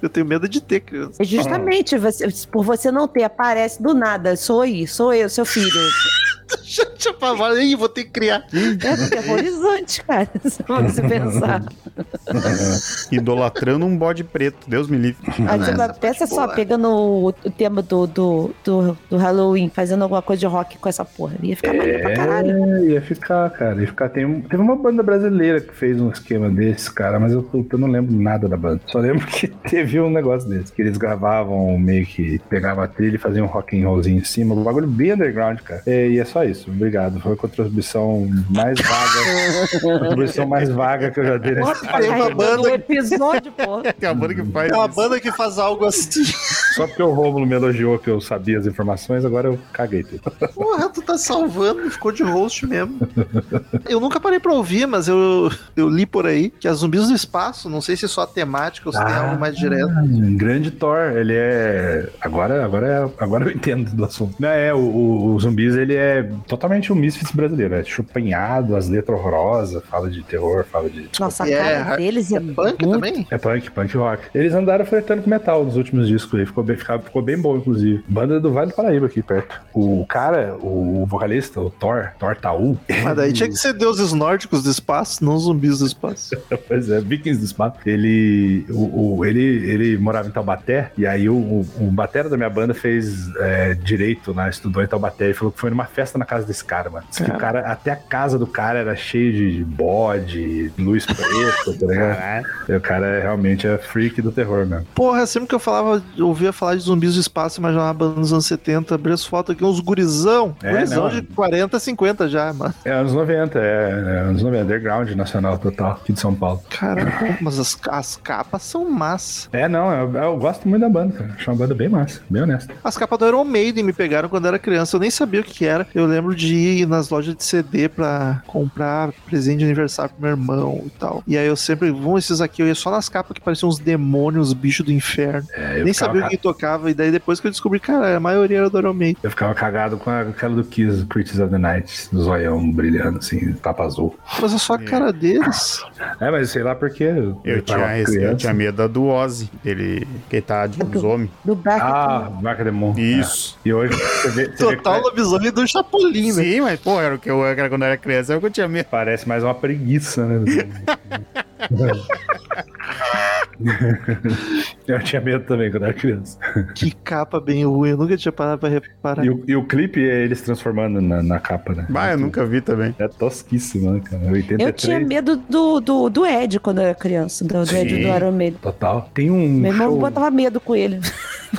Speaker 3: Eu tenho medo de ter criança.
Speaker 4: É Justamente, você- por você não ter, aparece do nada. Sou eu, sou eu, seu filho.
Speaker 3: Já te apavora. Ih, vou ter que criar.
Speaker 4: É terrorizante, cara. Se você pensar.
Speaker 5: Idolatrando um bode preto. Deus me livre.
Speaker 4: Aí você
Speaker 3: Essa
Speaker 4: pensa
Speaker 3: parte
Speaker 4: só,
Speaker 3: boa.
Speaker 4: pegando o, o tema do, do, do, do Halloween, fazendo alguma coisa de rock com essa porra. Ia ficar maneiro pra caralho.
Speaker 2: É, ia ficar, cara. Ia ficar. Tem, um- teve uma banda brasileira que fez um esquema desse, cara, mas eu, puta, eu não lembro nada da banda. Só lembro que teve um negócio desse. Que eles gravavam meio que pegavam a trilha e faziam um rock and rollzinho em cima. Um bagulho bem underground, cara. É, e é só isso. Obrigado. Foi a contribuição mais vaga. contribuição mais vaga que eu já dei nesse
Speaker 4: Porra, cara,
Speaker 3: uma banda-
Speaker 4: do um episódio, porra.
Speaker 5: Tem a banda que faz.
Speaker 3: É uma
Speaker 5: isso.
Speaker 3: banda que faz algo assim.
Speaker 2: Só porque o Rômulo me elogiou que eu sabia as informações, agora eu caguei tudo.
Speaker 3: Porra, tu tá salvando, ficou de host mesmo. Eu nunca parei pra ouvir, mas eu, eu li por aí que as zumbis do espaço, não sei se só a temática ou se tem
Speaker 2: Ah.
Speaker 3: algo mais direto.
Speaker 2: Um grande Thor, ele é. Agora, agora, agora eu entendo do assunto. Não, é, o, o- o zumbis ele é totalmente um Misfits brasileiro. É chupanhado, as letras horrorosas, fala de terror, fala de.
Speaker 4: Nossa, a
Speaker 3: Yeah,
Speaker 4: cara deles é,
Speaker 3: Punk
Speaker 4: muito-
Speaker 3: também?
Speaker 2: É punk, punk rock. Eles andaram flertando com metal nos últimos discos aí. Ficou bem, ficava- ficou bem bom, inclusive. Banda do Vale do Paraíba aqui perto. O cara, o vocalista, o Thor, Thor Taú,
Speaker 3: Mas daí tinha que ser deuses nórdicos do espaço, não zumbis do espaço.
Speaker 2: Pois é, Vikings do Espaço. Ele, o, o- ele, ele morava em Taubaté, e aí o, o, o batera da minha banda fez é, direito, né? Estudou em Taubaté e falou que foi numa festa na casa desse cara, mano. Diz que o cara, até a casa do cara era cheia de bode, luz preta, tá ligado? E o cara é, realmente é freak do terror mesmo.
Speaker 3: Porra, sempre que eu falava, eu ouvia falar de zumbis do espaço, imaginava uma banda dos anos 70, abria as fotos aqui, uns gurizão.
Speaker 2: É,
Speaker 3: gurizão
Speaker 2: não.
Speaker 3: de 40, 50 já, mano.
Speaker 2: É anos 90, é, é anos 90, underground nacional total aqui de São Paulo.
Speaker 3: Caraca, mas as, as capas são massa.
Speaker 2: É, não, eu, eu gosto muito da banda, cara. Acho uma banda bem massa, bem honesta.
Speaker 3: As capas do Iron Maiden me pegaram quando era criança, eu nem sabia o que, que era. Eu lembro de ir nas lojas de CD pra comprar presente de aniversário pro meu irmão e tal. E aí eu sempre, vão esses aqui, eu ia só nas capas que pareciam uns demônios, uns bichos do inferno.
Speaker 2: É, eu
Speaker 3: nem
Speaker 2: ficava-
Speaker 3: sabia o que tocava, e daí depois que eu descobri, cara, a maioria era do Iron Maiden.
Speaker 2: Eu ficava cagado com a- aquela do Kiss, Critics of the Night, do zoião brilhando, assim, tapa azul.
Speaker 3: Mas é só a cara deles.
Speaker 2: É, mas sei lá porque.
Speaker 5: Eu tinha, esse- eu tinha medo da do Ozzy, ele que tá de lobisomem.
Speaker 4: do Black
Speaker 2: Ah, Marca Demon.
Speaker 5: Isso.
Speaker 2: E hoje você vê, você vê que
Speaker 3: Total lobisomem do Chapolin, né?
Speaker 5: Sim, mas pô, era o que eu era quando eu era criança, era o que eu tinha medo.
Speaker 2: parece mais uma preguiça, né? eu tinha medo também quando era criança.
Speaker 3: Que capa bem ruim, eu nunca tinha parado pra reparar.
Speaker 2: E o, e o clipe é eles transformando na, na capa, né?
Speaker 5: Bah, eu nunca vi também.
Speaker 2: É tosquíssimo, né, cara? 83.
Speaker 4: Eu tinha medo do, do, do Ed quando eu era criança, do, do Ed
Speaker 5: Sim.
Speaker 4: do Iron Maiden.
Speaker 2: Total. Tem um.
Speaker 4: Meu irmão
Speaker 2: show-
Speaker 4: botava medo com ele.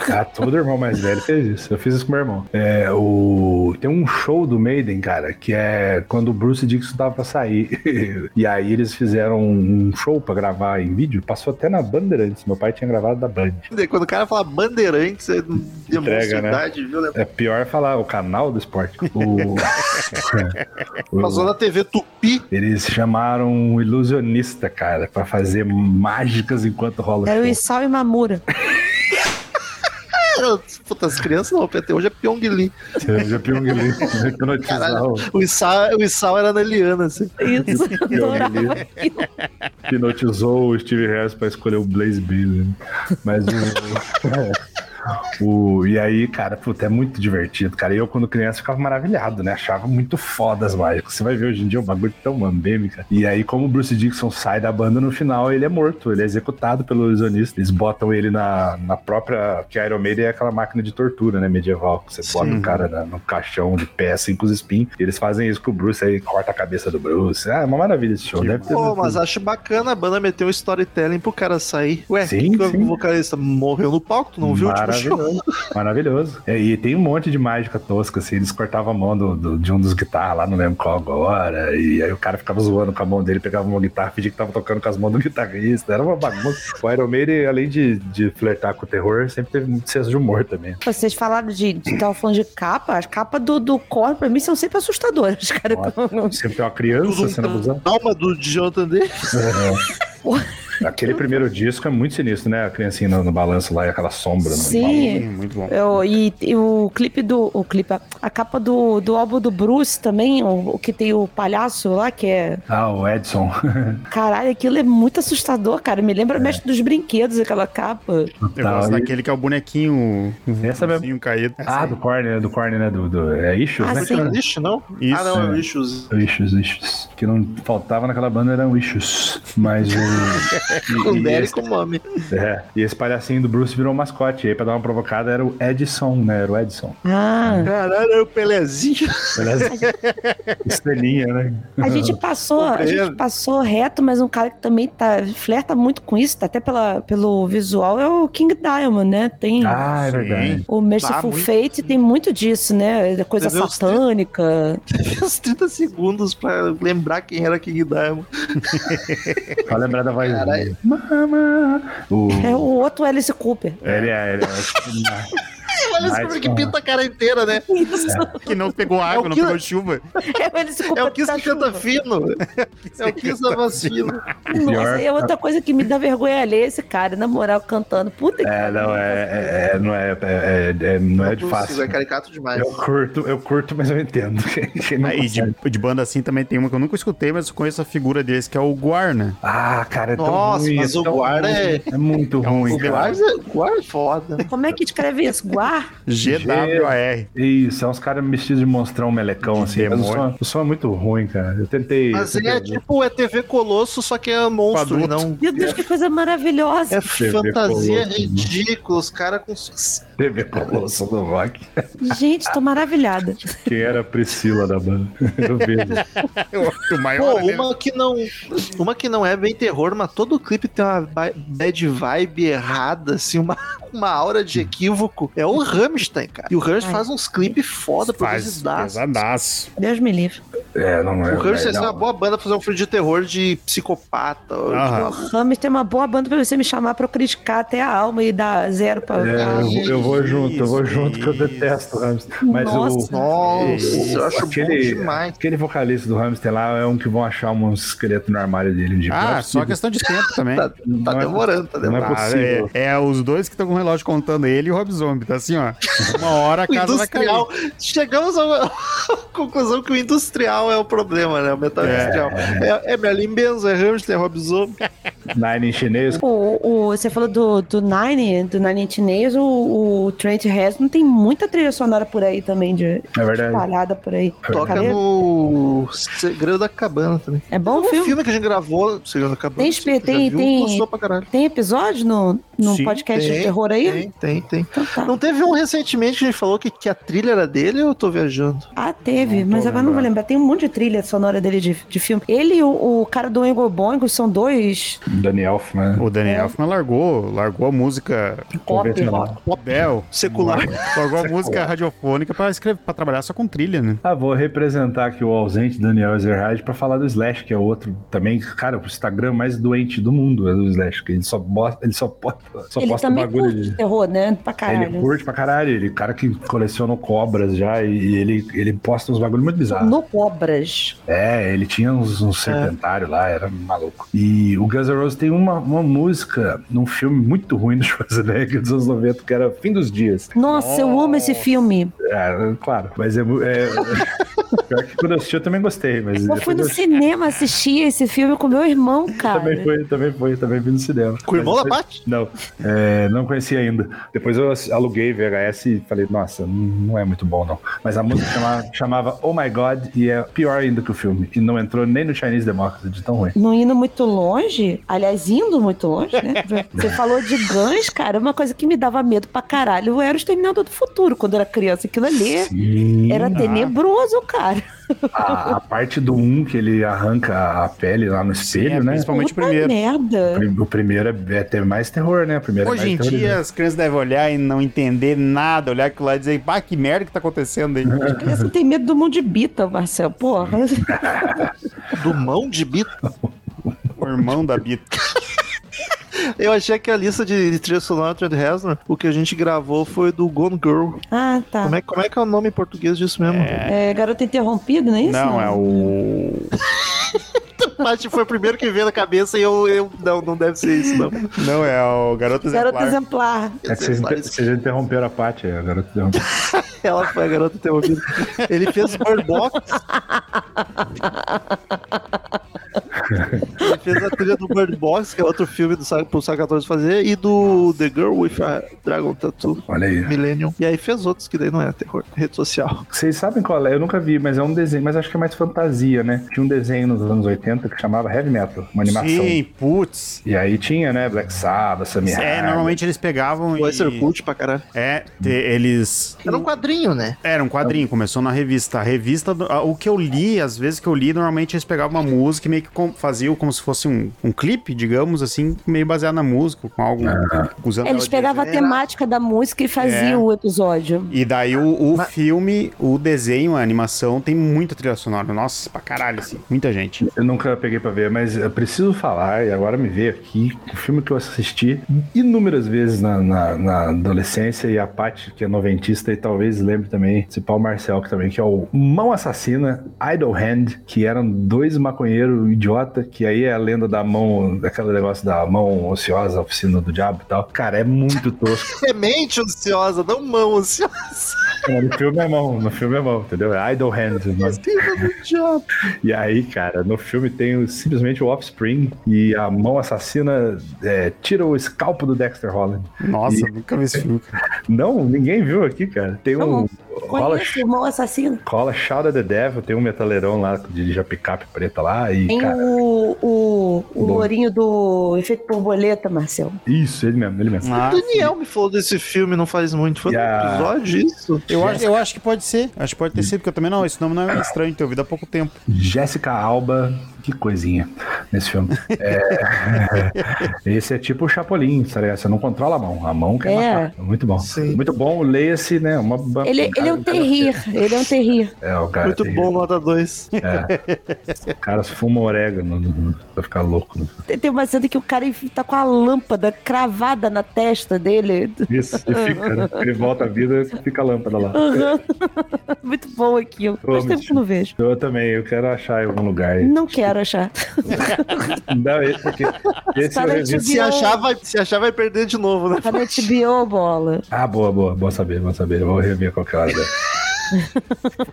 Speaker 2: Ah, todo irmão mais velho fez isso. Eu fiz isso com meu irmão. É, o... Tem um show do Maiden, cara, que é quando o Bruce Dixon tava pra sair. e aí eles fizeram um show pra gravar em vídeo. Passou até na Bandeirantes. Meu pai tinha gravado da Band.
Speaker 3: Quando o cara fala bandeirantes, é demonstra
Speaker 2: Entrega, né?
Speaker 3: idade, viu? né?
Speaker 2: É pior falar o canal do esporte. O... é, O-
Speaker 3: Passou na TV Tupi.
Speaker 2: Eles chamaram um ilusionista, cara, pra fazer mágicas enquanto rola
Speaker 4: Era o
Speaker 2: o show.
Speaker 4: Isao e Mamura.
Speaker 3: Cara, puta, as crianças não, até hoje é Pyong Lee.
Speaker 2: Eu um já pinguei, hipnotizar o-
Speaker 3: O Issal, o Issal era na Eliana, assim.
Speaker 4: Isso, adorava.
Speaker 2: hipnotizou o Steve Harris pra escolher o Blaze Bailey. né? Mas o, o- E aí, cara, puta, é muito divertido, cara. E eu, quando criança, ficava maravilhado, né? Achava muito foda as mágicas. Você vai ver hoje em dia o bagulho é tão mambeme, cara. E aí, como o Bruce Dixon sai da banda no final, ele é morto. Ele é executado pelo ilusionista. Eles botam ele na, na própria. Que a Iron Maiden é aquela máquina de tortura, né? Medieval. Que você bota
Speaker 3: Sim.
Speaker 2: o cara na- no caixão de pé, assim, com os espinhos. E eles fazem isso com o Bruce, aí corta a cabeça do Bruce. Ah, é uma maravilha esse show. Deve ter
Speaker 3: Pô, mas acho bacana a banda meter um storytelling pro cara sair. Ué,
Speaker 2: Sim,
Speaker 3: que
Speaker 2: sim.
Speaker 3: o vocalista morreu no palco, tu não viu o último show?
Speaker 2: Maravilhoso. Maravilhoso. É, e tem um monte de mágica tosca, assim. Eles cortavam a mão do- do- de um dos guitarras lá, não lembro qual agora. E aí o cara ficava zoando com a mão dele, pegava uma guitarra, fingia que tava tocando com as mãos do guitarrista. Era uma bagunça. O Iron Maiden, além de, de flertar com o terror, sempre teve muito senso de humor também.
Speaker 4: Vocês falaram de. de- Tava falando de capa. As capas do, do Core, pra mim, são sempre assustadoras, cara. Então,
Speaker 2: Sempre tem uma criança sendo abusada.
Speaker 3: Alma do Jonathan D.
Speaker 2: É. Aquele primeiro disco é muito sinistro, né? A criancinha no, no balanço lá e aquela sombra. né?
Speaker 4: Sim.
Speaker 5: Hum, Muito bom.
Speaker 4: Eu- e, e o clipe do. O clipe, a, a capa do, do álbum do Bruce também, o, o que tem o palhaço lá, que é.
Speaker 2: Ah, o Edson.
Speaker 4: Caralho, aquilo é muito assustador, cara. Me lembra mestre dos brinquedos, aquela capa.
Speaker 5: Eu
Speaker 2: Tá,
Speaker 5: gosto
Speaker 2: e-
Speaker 5: daquele que é o bonequinho. o
Speaker 2: Essa mesmo.
Speaker 5: bonequinho caído.
Speaker 2: Ah, do Corner, do Corner, né? Do, do, é Issues,
Speaker 4: Ah,
Speaker 2: né?
Speaker 4: sim.
Speaker 3: Era lixo, não?
Speaker 5: Isso.
Speaker 3: ah, não, era lixo.
Speaker 2: Issues, issues. O que não faltava naquela banda eram issues. Mas o.
Speaker 3: Com
Speaker 2: e, e,
Speaker 3: Derek
Speaker 2: esse,
Speaker 3: como homem.
Speaker 2: é, e esse palhacinho do Bruce virou um mascote. E aí, pra dar uma provocada, era o Edson, né? Era o Edson.
Speaker 4: Ah.
Speaker 3: Caralho, era o Pelezinho.
Speaker 2: Aliás, Estrelinha, né?
Speaker 4: A gente passou, a
Speaker 3: Compreendo.
Speaker 4: gente passou reto, mas um cara que também tá, flerta muito com isso, tá até pela, pelo visual, é o King Diamond, né? Tem
Speaker 2: Ah, é
Speaker 5: Sim.
Speaker 2: verdade.
Speaker 4: o
Speaker 3: Ah,
Speaker 4: Merciful
Speaker 3: muito.
Speaker 4: Fate, tem muito disso, né? Da Coisa
Speaker 3: Entendeu?
Speaker 4: satânica.
Speaker 3: uns 30 segundos pra lembrar quem era King Diamond.
Speaker 2: Só lembrar da voz
Speaker 3: Vai.
Speaker 2: Mama. O...
Speaker 4: É o outro Alice Cooper.
Speaker 2: Ele é, ele é. Vai,
Speaker 3: Olha esse filme que
Speaker 2: cara.
Speaker 3: pinta a cara inteira, né?
Speaker 4: Isso.
Speaker 5: Que não pegou água, não
Speaker 3: que-
Speaker 5: pegou chuva.
Speaker 4: É o Alice Cooper
Speaker 3: É o Kiss
Speaker 4: da
Speaker 3: que canta
Speaker 4: chuva.
Speaker 3: fino. É o Kiss da vacina.
Speaker 4: Nossa,
Speaker 2: Pior-
Speaker 4: é outra coisa que me dá vergonha ali, esse cara, na moral, cantando. Puta que
Speaker 2: É, não é, é, é, não é, é, é- é- não é de
Speaker 3: Putz,
Speaker 2: fácil.
Speaker 3: É caricato demais.
Speaker 2: Eu curto, eu curto, mas eu entendo. Quem- quem não
Speaker 5: Ah, E de,
Speaker 2: consegue.
Speaker 5: de banda assim também tem uma que eu nunca escutei, mas eu conheço a figura deles, que é o Guarna.
Speaker 2: Ah, cara, é tão
Speaker 3: Nossa,
Speaker 2: ruim.
Speaker 3: mas
Speaker 2: é
Speaker 3: o
Speaker 2: tão
Speaker 3: Guarda
Speaker 2: ruim.
Speaker 3: é-
Speaker 2: é muito
Speaker 5: É um
Speaker 2: ruim,
Speaker 5: filme
Speaker 2: cara.
Speaker 3: Guarda é guarda é foda.
Speaker 4: Como é que escreve isso? Guar?
Speaker 5: G-W-A-R.
Speaker 2: Isso, é uns caras vestidos de monstrão melecão, assim. Mas o
Speaker 5: Demônio.
Speaker 2: som, o som é muito ruim, cara. Eu tentei.
Speaker 3: Mas
Speaker 2: eu tentei
Speaker 3: é tipo é TV Colosso, só que é monstro,
Speaker 5: Adulto.
Speaker 3: e não.
Speaker 4: Meu Deus, que coisa maravilhosa.
Speaker 3: É
Speaker 2: TV
Speaker 3: fantasia
Speaker 2: Colosso, né?
Speaker 3: ridícula, os caras com. su-
Speaker 2: TV Colosso do Rock.
Speaker 4: Gente, tô maravilhada.
Speaker 2: Quem era a Priscila da banda? Eu vejo.
Speaker 5: O
Speaker 3: Pô,
Speaker 5: maior né?
Speaker 3: uma que não. Uma que não é bem terror, mas todo clipe tem uma ba- bad vibe errada, assim, uma, uma aura de equívoco. É o Rammstein, cara. E o Rammstein
Speaker 4: Ai.
Speaker 3: faz uns clipes foda pra
Speaker 5: faz
Speaker 3: vocês dar.
Speaker 5: pesadaço.
Speaker 4: Deus me livre.
Speaker 2: É, não é.
Speaker 3: O Rammstein é
Speaker 2: não.
Speaker 3: uma boa banda pra fazer um filme de terror de psicopata. ou de
Speaker 5: Aham.
Speaker 3: maluco.
Speaker 4: Rames tem uma boa banda pra você me chamar pra eu criticar até a alma e dar zero pra.
Speaker 2: É,
Speaker 4: pra-
Speaker 2: eu, eu vou
Speaker 5: Isso,
Speaker 2: junto, eu vou junto, que eu
Speaker 5: isso.
Speaker 2: detesto o Hamster. Mas o,
Speaker 4: Nossa.
Speaker 3: Nossa,
Speaker 5: Isso,
Speaker 3: eu acho bom
Speaker 2: aquele,
Speaker 3: demais.
Speaker 2: aquele vocalista do Hamster lá é um que vão achar um esqueleto no armário dele. De
Speaker 5: Ah, só questão de tempo também.
Speaker 3: Tá, tá
Speaker 2: Não é-
Speaker 3: demorando, tá
Speaker 2: não
Speaker 3: demorando.
Speaker 2: é possível.
Speaker 5: É, é os dois que estão com o relógio contando, ele e o Rob Zombie. Tá assim, ó. Uma hora a
Speaker 3: O
Speaker 5: casa vai cair.
Speaker 3: industrial. Chegamos à conclusão que o industrial é o problema, né? O metal
Speaker 5: É.
Speaker 3: industrial. É, é Merlin Benzo, é Hamster, é Rob Zombie.
Speaker 2: Nine em chinês.
Speaker 4: O, o- você falou do, do Nine, do Nine Inch Nails, o, o Trent Reznor tem muita trilha sonora por aí também, de
Speaker 2: É verdade.
Speaker 4: espalhada por aí.
Speaker 3: Toca
Speaker 4: Cadê?
Speaker 3: no Segredo da Cabana também.
Speaker 4: É bom o
Speaker 3: O
Speaker 4: filme.
Speaker 3: filme que a gente gravou, Segredo da Cabana.
Speaker 4: Tem
Speaker 3: você já
Speaker 4: tem-
Speaker 3: viu,
Speaker 4: tem-
Speaker 3: Gostou pra caralho.
Speaker 4: Tem episódio no, no
Speaker 5: Sim,
Speaker 4: podcast
Speaker 3: tem,
Speaker 4: de terror aí?
Speaker 3: Tem, tem, tem.
Speaker 4: Então tá.
Speaker 3: Não teve um recentemente que a gente falou que, que a trilha era dele ou eu tô viajando?
Speaker 4: Ah, teve,
Speaker 5: Não tô
Speaker 4: mas agora não vou
Speaker 5: lembrando.
Speaker 4: lembrar. Tem um monte de trilha sonora dele de, de filme. Ele e o, o cara do Oingo Boingo são dois
Speaker 2: Daniel Elfman. né?
Speaker 5: O Daniel Elfman largou, largou a música
Speaker 4: pop
Speaker 2: Convencional.
Speaker 4: rock.
Speaker 5: Bel,
Speaker 3: Secular.
Speaker 5: largou a música radiofônica pra escrever, para trabalhar só com trilha, né?
Speaker 2: Ah, vou representar aqui o ausente Daniel Ezerhard pra falar do Slash, que é outro também, cara, o Instagram mais doente do mundo é do Slash, que ele só bota, ele só posta, só
Speaker 4: Ele
Speaker 2: posta
Speaker 4: também
Speaker 2: bagulho
Speaker 4: curte
Speaker 2: de É,
Speaker 4: terror, né? Pra
Speaker 2: Ele
Speaker 4: caralho.
Speaker 2: curte pra caralho, ele é cara que colecionou cobras já e ele, ele posta uns bagulho muito bizarro.
Speaker 4: No Cobras.
Speaker 2: É, ele tinha uns, uns serpentários lá, era maluco. E o Guns N' Roses tem uma, uma música num filme muito ruim do Schwarzenegger dos anos 90, que era Fim dos Dias.
Speaker 4: Nossa, eu amo esse filme.
Speaker 2: É, claro, mas é. mu- é pior que quando eu assisti eu também gostei, mas.
Speaker 4: Eu fui no
Speaker 2: depois
Speaker 4: cinema assistir esse filme com meu irmão, cara.
Speaker 2: Também foi, também foi, também vi no cinema.
Speaker 3: Com o irmão
Speaker 2: Mas
Speaker 3: da Paty?
Speaker 2: Não, é, não conhecia ainda. Depois eu ass- aluguei VHS e falei, nossa, n- não é muito bom não. Mas a música chama- chamava Oh My God e é pior ainda que o filme. E não entrou nem no Chinese Democracy de tão ruim.
Speaker 4: Não indo muito longe, aliás, indo muito longe, né? Você falou de Guns, cara, uma coisa que me dava medo pra caralho era o Exterminador do Futuro, quando eu era criança. Aquilo ali
Speaker 2: Sim.
Speaker 4: era tenebroso, cara.
Speaker 2: A, a parte do 1 um, que ele arranca a pele lá no espelho,
Speaker 5: É,
Speaker 2: né?
Speaker 5: Principalmente o
Speaker 4: Puta
Speaker 5: primeiro.
Speaker 4: merda.
Speaker 2: O primeiro é, é ter mais terror, né? O primeiro é
Speaker 5: Hoje
Speaker 2: mais
Speaker 5: em
Speaker 2: terrorismo.
Speaker 5: dia as crianças devem olhar e não entender nada, olhar aquilo lá e dizer, pá, que merda que tá acontecendo aí.
Speaker 4: Criança tem medo do mundo de bita, Marcel, porra.
Speaker 3: Do mão de bita.
Speaker 5: o irmão da Bita.
Speaker 3: Eu achei que a lista de trilha sonora do Trent Reznor, o que a gente gravou foi do Gone Girl.
Speaker 4: Ah, tá.
Speaker 3: Como é, como é que é o nome em português disso mesmo?
Speaker 4: É, garota interrompida, não é isso?
Speaker 5: Não, é o.
Speaker 3: Paty foi o primeiro que veio na cabeça e eu, eu- Não, não deve ser isso, não.
Speaker 5: Não, é o Garoto
Speaker 4: Garota
Speaker 5: Exemplar.
Speaker 4: exemplar.
Speaker 2: É que vocês, inter- vocês interromperam a parte aí, agora interrompeu.
Speaker 3: Ela foi a garota interrompida. Ele fez Bird Box. Ele fez a trilha do Bird Box, que é outro filme do Saga, pro Saga 14 fazer, e do The Girl with a Dragon Tattoo.
Speaker 2: Olha aí.
Speaker 3: Millennium. E aí fez outros que daí não é terror, rede social.
Speaker 2: Vocês sabem qual é? Eu nunca vi, mas é um desenho, mas acho que é mais fantasia, né? Tinha um desenho nos anos 80 que chamava Heavy Metal, uma animação.
Speaker 5: Sim, putz.
Speaker 2: E aí tinha, né, Black Sabbath, Sammy
Speaker 5: É,
Speaker 2: Hagar.
Speaker 5: normalmente eles pegavam
Speaker 3: Vai ser
Speaker 5: e.
Speaker 3: cult pra caralho.
Speaker 5: É, te- eles.
Speaker 3: Era um quadrinho, né?
Speaker 5: Era um quadrinho, começou na revista. A revista, do- a- o que eu li, às vezes que eu li, normalmente eles pegavam uma música e meio que com- faziam como se fosse fosse um, um clipe, digamos assim, meio baseado na música, com algo usando ela
Speaker 4: Eles
Speaker 5: Então, é de
Speaker 4: pegavam a
Speaker 5: exemplo.
Speaker 4: temática da música e faziam o episódio.
Speaker 5: E daí o, o filme, o desenho, a animação tem muita trilha sonora. Nossa, pra caralho, assim. Muita gente.
Speaker 2: Eu nunca peguei pra ver, mas eu preciso falar, e agora me veio aqui, um filme que eu assisti inúmeras vezes na, na- na adolescência, e a Paty, que é noventista, e talvez lembre também, se pau Marcel, que também, que é o Mão Assassina, Idle Hand, que eram dois maconheiros idiota, que aí é a lenda da mão, daquele negócio da mão ociosa, oficina do diabo e tal. Cara, é muito tosco.
Speaker 3: Semente ansiosa, não mão ansiosa.
Speaker 2: No filme é mão, no filme é mão, entendeu? É Idle Hand. Mano.
Speaker 3: Filho do diabo.
Speaker 2: E aí, cara, no filme tem o- simplesmente o Offspring e a mão assassina é, tira o escalpo do Dexter Holland.
Speaker 5: Nossa, nunca vi esse filme. cara.
Speaker 2: Não, ninguém viu aqui, cara. Tem
Speaker 4: Tá
Speaker 2: um.
Speaker 4: bom.
Speaker 2: Rola,
Speaker 4: Conheço o irmão assassino.
Speaker 2: rola Shout at the Devil, tem um metaleirão lá que dirige a picape preta lá. E,
Speaker 4: Tem
Speaker 2: cara,
Speaker 4: o, o, o
Speaker 2: Bom.
Speaker 4: lourinho do efeito borboleta, Marcel.
Speaker 2: isso, ele mesmo, ele mesmo.
Speaker 5: Ah,
Speaker 3: o Daniel me falou desse filme não faz muito. Foi
Speaker 2: Yeah.
Speaker 3: no episódio isso?
Speaker 5: eu, acho, eu acho que pode ser. Acho que pode ter sido, porque eu também não. Esse nome não é estranho, ter ouvido há pouco tempo.
Speaker 2: Jéssica Alba, que coisinha nesse filme. É, esse é tipo o Chapolin, sabe? Você não controla a mão, a mão quer
Speaker 4: É.
Speaker 2: matar. Muito bom.
Speaker 3: Sim.
Speaker 2: Muito bom, leia-se, né? Uma, uma-
Speaker 4: Ele, ele é um terrir, ele é um terrir.
Speaker 2: É, o cara
Speaker 3: Muito
Speaker 2: tem-
Speaker 3: bom, nota 2.
Speaker 2: Os caras fumam orégano no- no- pra ficar louco. né?
Speaker 4: Tem- Tem uma cena que o cara tá com a lâmpada cravada na testa dele.
Speaker 2: Isso, e fica, né? Ele volta à vida e fica a lâmpada lá.
Speaker 4: Aham. Muito bom aquilo.
Speaker 2: Ô,
Speaker 4: Faz tempo
Speaker 2: bicho.
Speaker 4: que eu não vejo.
Speaker 2: Eu também, eu quero achar em algum lugar.
Speaker 4: Não quero achar.
Speaker 2: Não, esse porque esse eu
Speaker 4: Tá na
Speaker 2: revi.
Speaker 4: TV.
Speaker 3: Se achar, vai, se achar, vai perder de novo, né?
Speaker 4: Tá na HBO, bola.
Speaker 2: Ah, boa, boa, bom saber, bom saber. Eu vou rever a qualquer hora. né?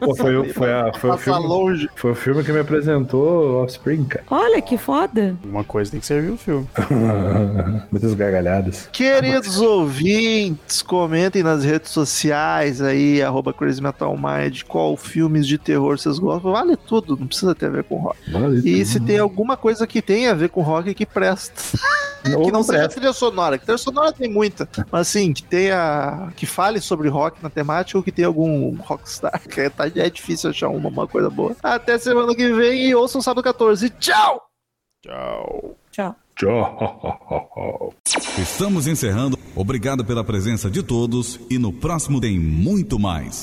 Speaker 2: Pô, foi, o- foi, a- foi o
Speaker 3: Passar
Speaker 2: filme,
Speaker 3: longe.
Speaker 2: foi o filme que me apresentou Offspring, cara.
Speaker 4: Olha que foda.
Speaker 5: Uma coisa tem que servir o filme.
Speaker 2: Muitas gargalhadas. Ah,
Speaker 3: Queridos ouvintes, comentem nas redes sociais aí, arroba Crazy Metal Mind, qual filmes de terror vocês gostam. Vale tudo, não precisa ter a ver com rock. E se tem alguma coisa que tem a ver com rock que presta.
Speaker 2: Ou
Speaker 3: que não
Speaker 2: não
Speaker 3: seja
Speaker 2: presta.
Speaker 3: trilha sonora, que trilha sonora tem muita. Mas assim, que tenha. que fale sobre rock na temática ou que tenha algum rockstar. Que tá, é difícil achar uma, uma coisa boa. Até semana que vem e ouçam sábado 14. Tchau!
Speaker 4: Tchau.
Speaker 2: Tchau.
Speaker 9: Estamos encerrando. Obrigado pela presença de todos e no próximo tem muito mais.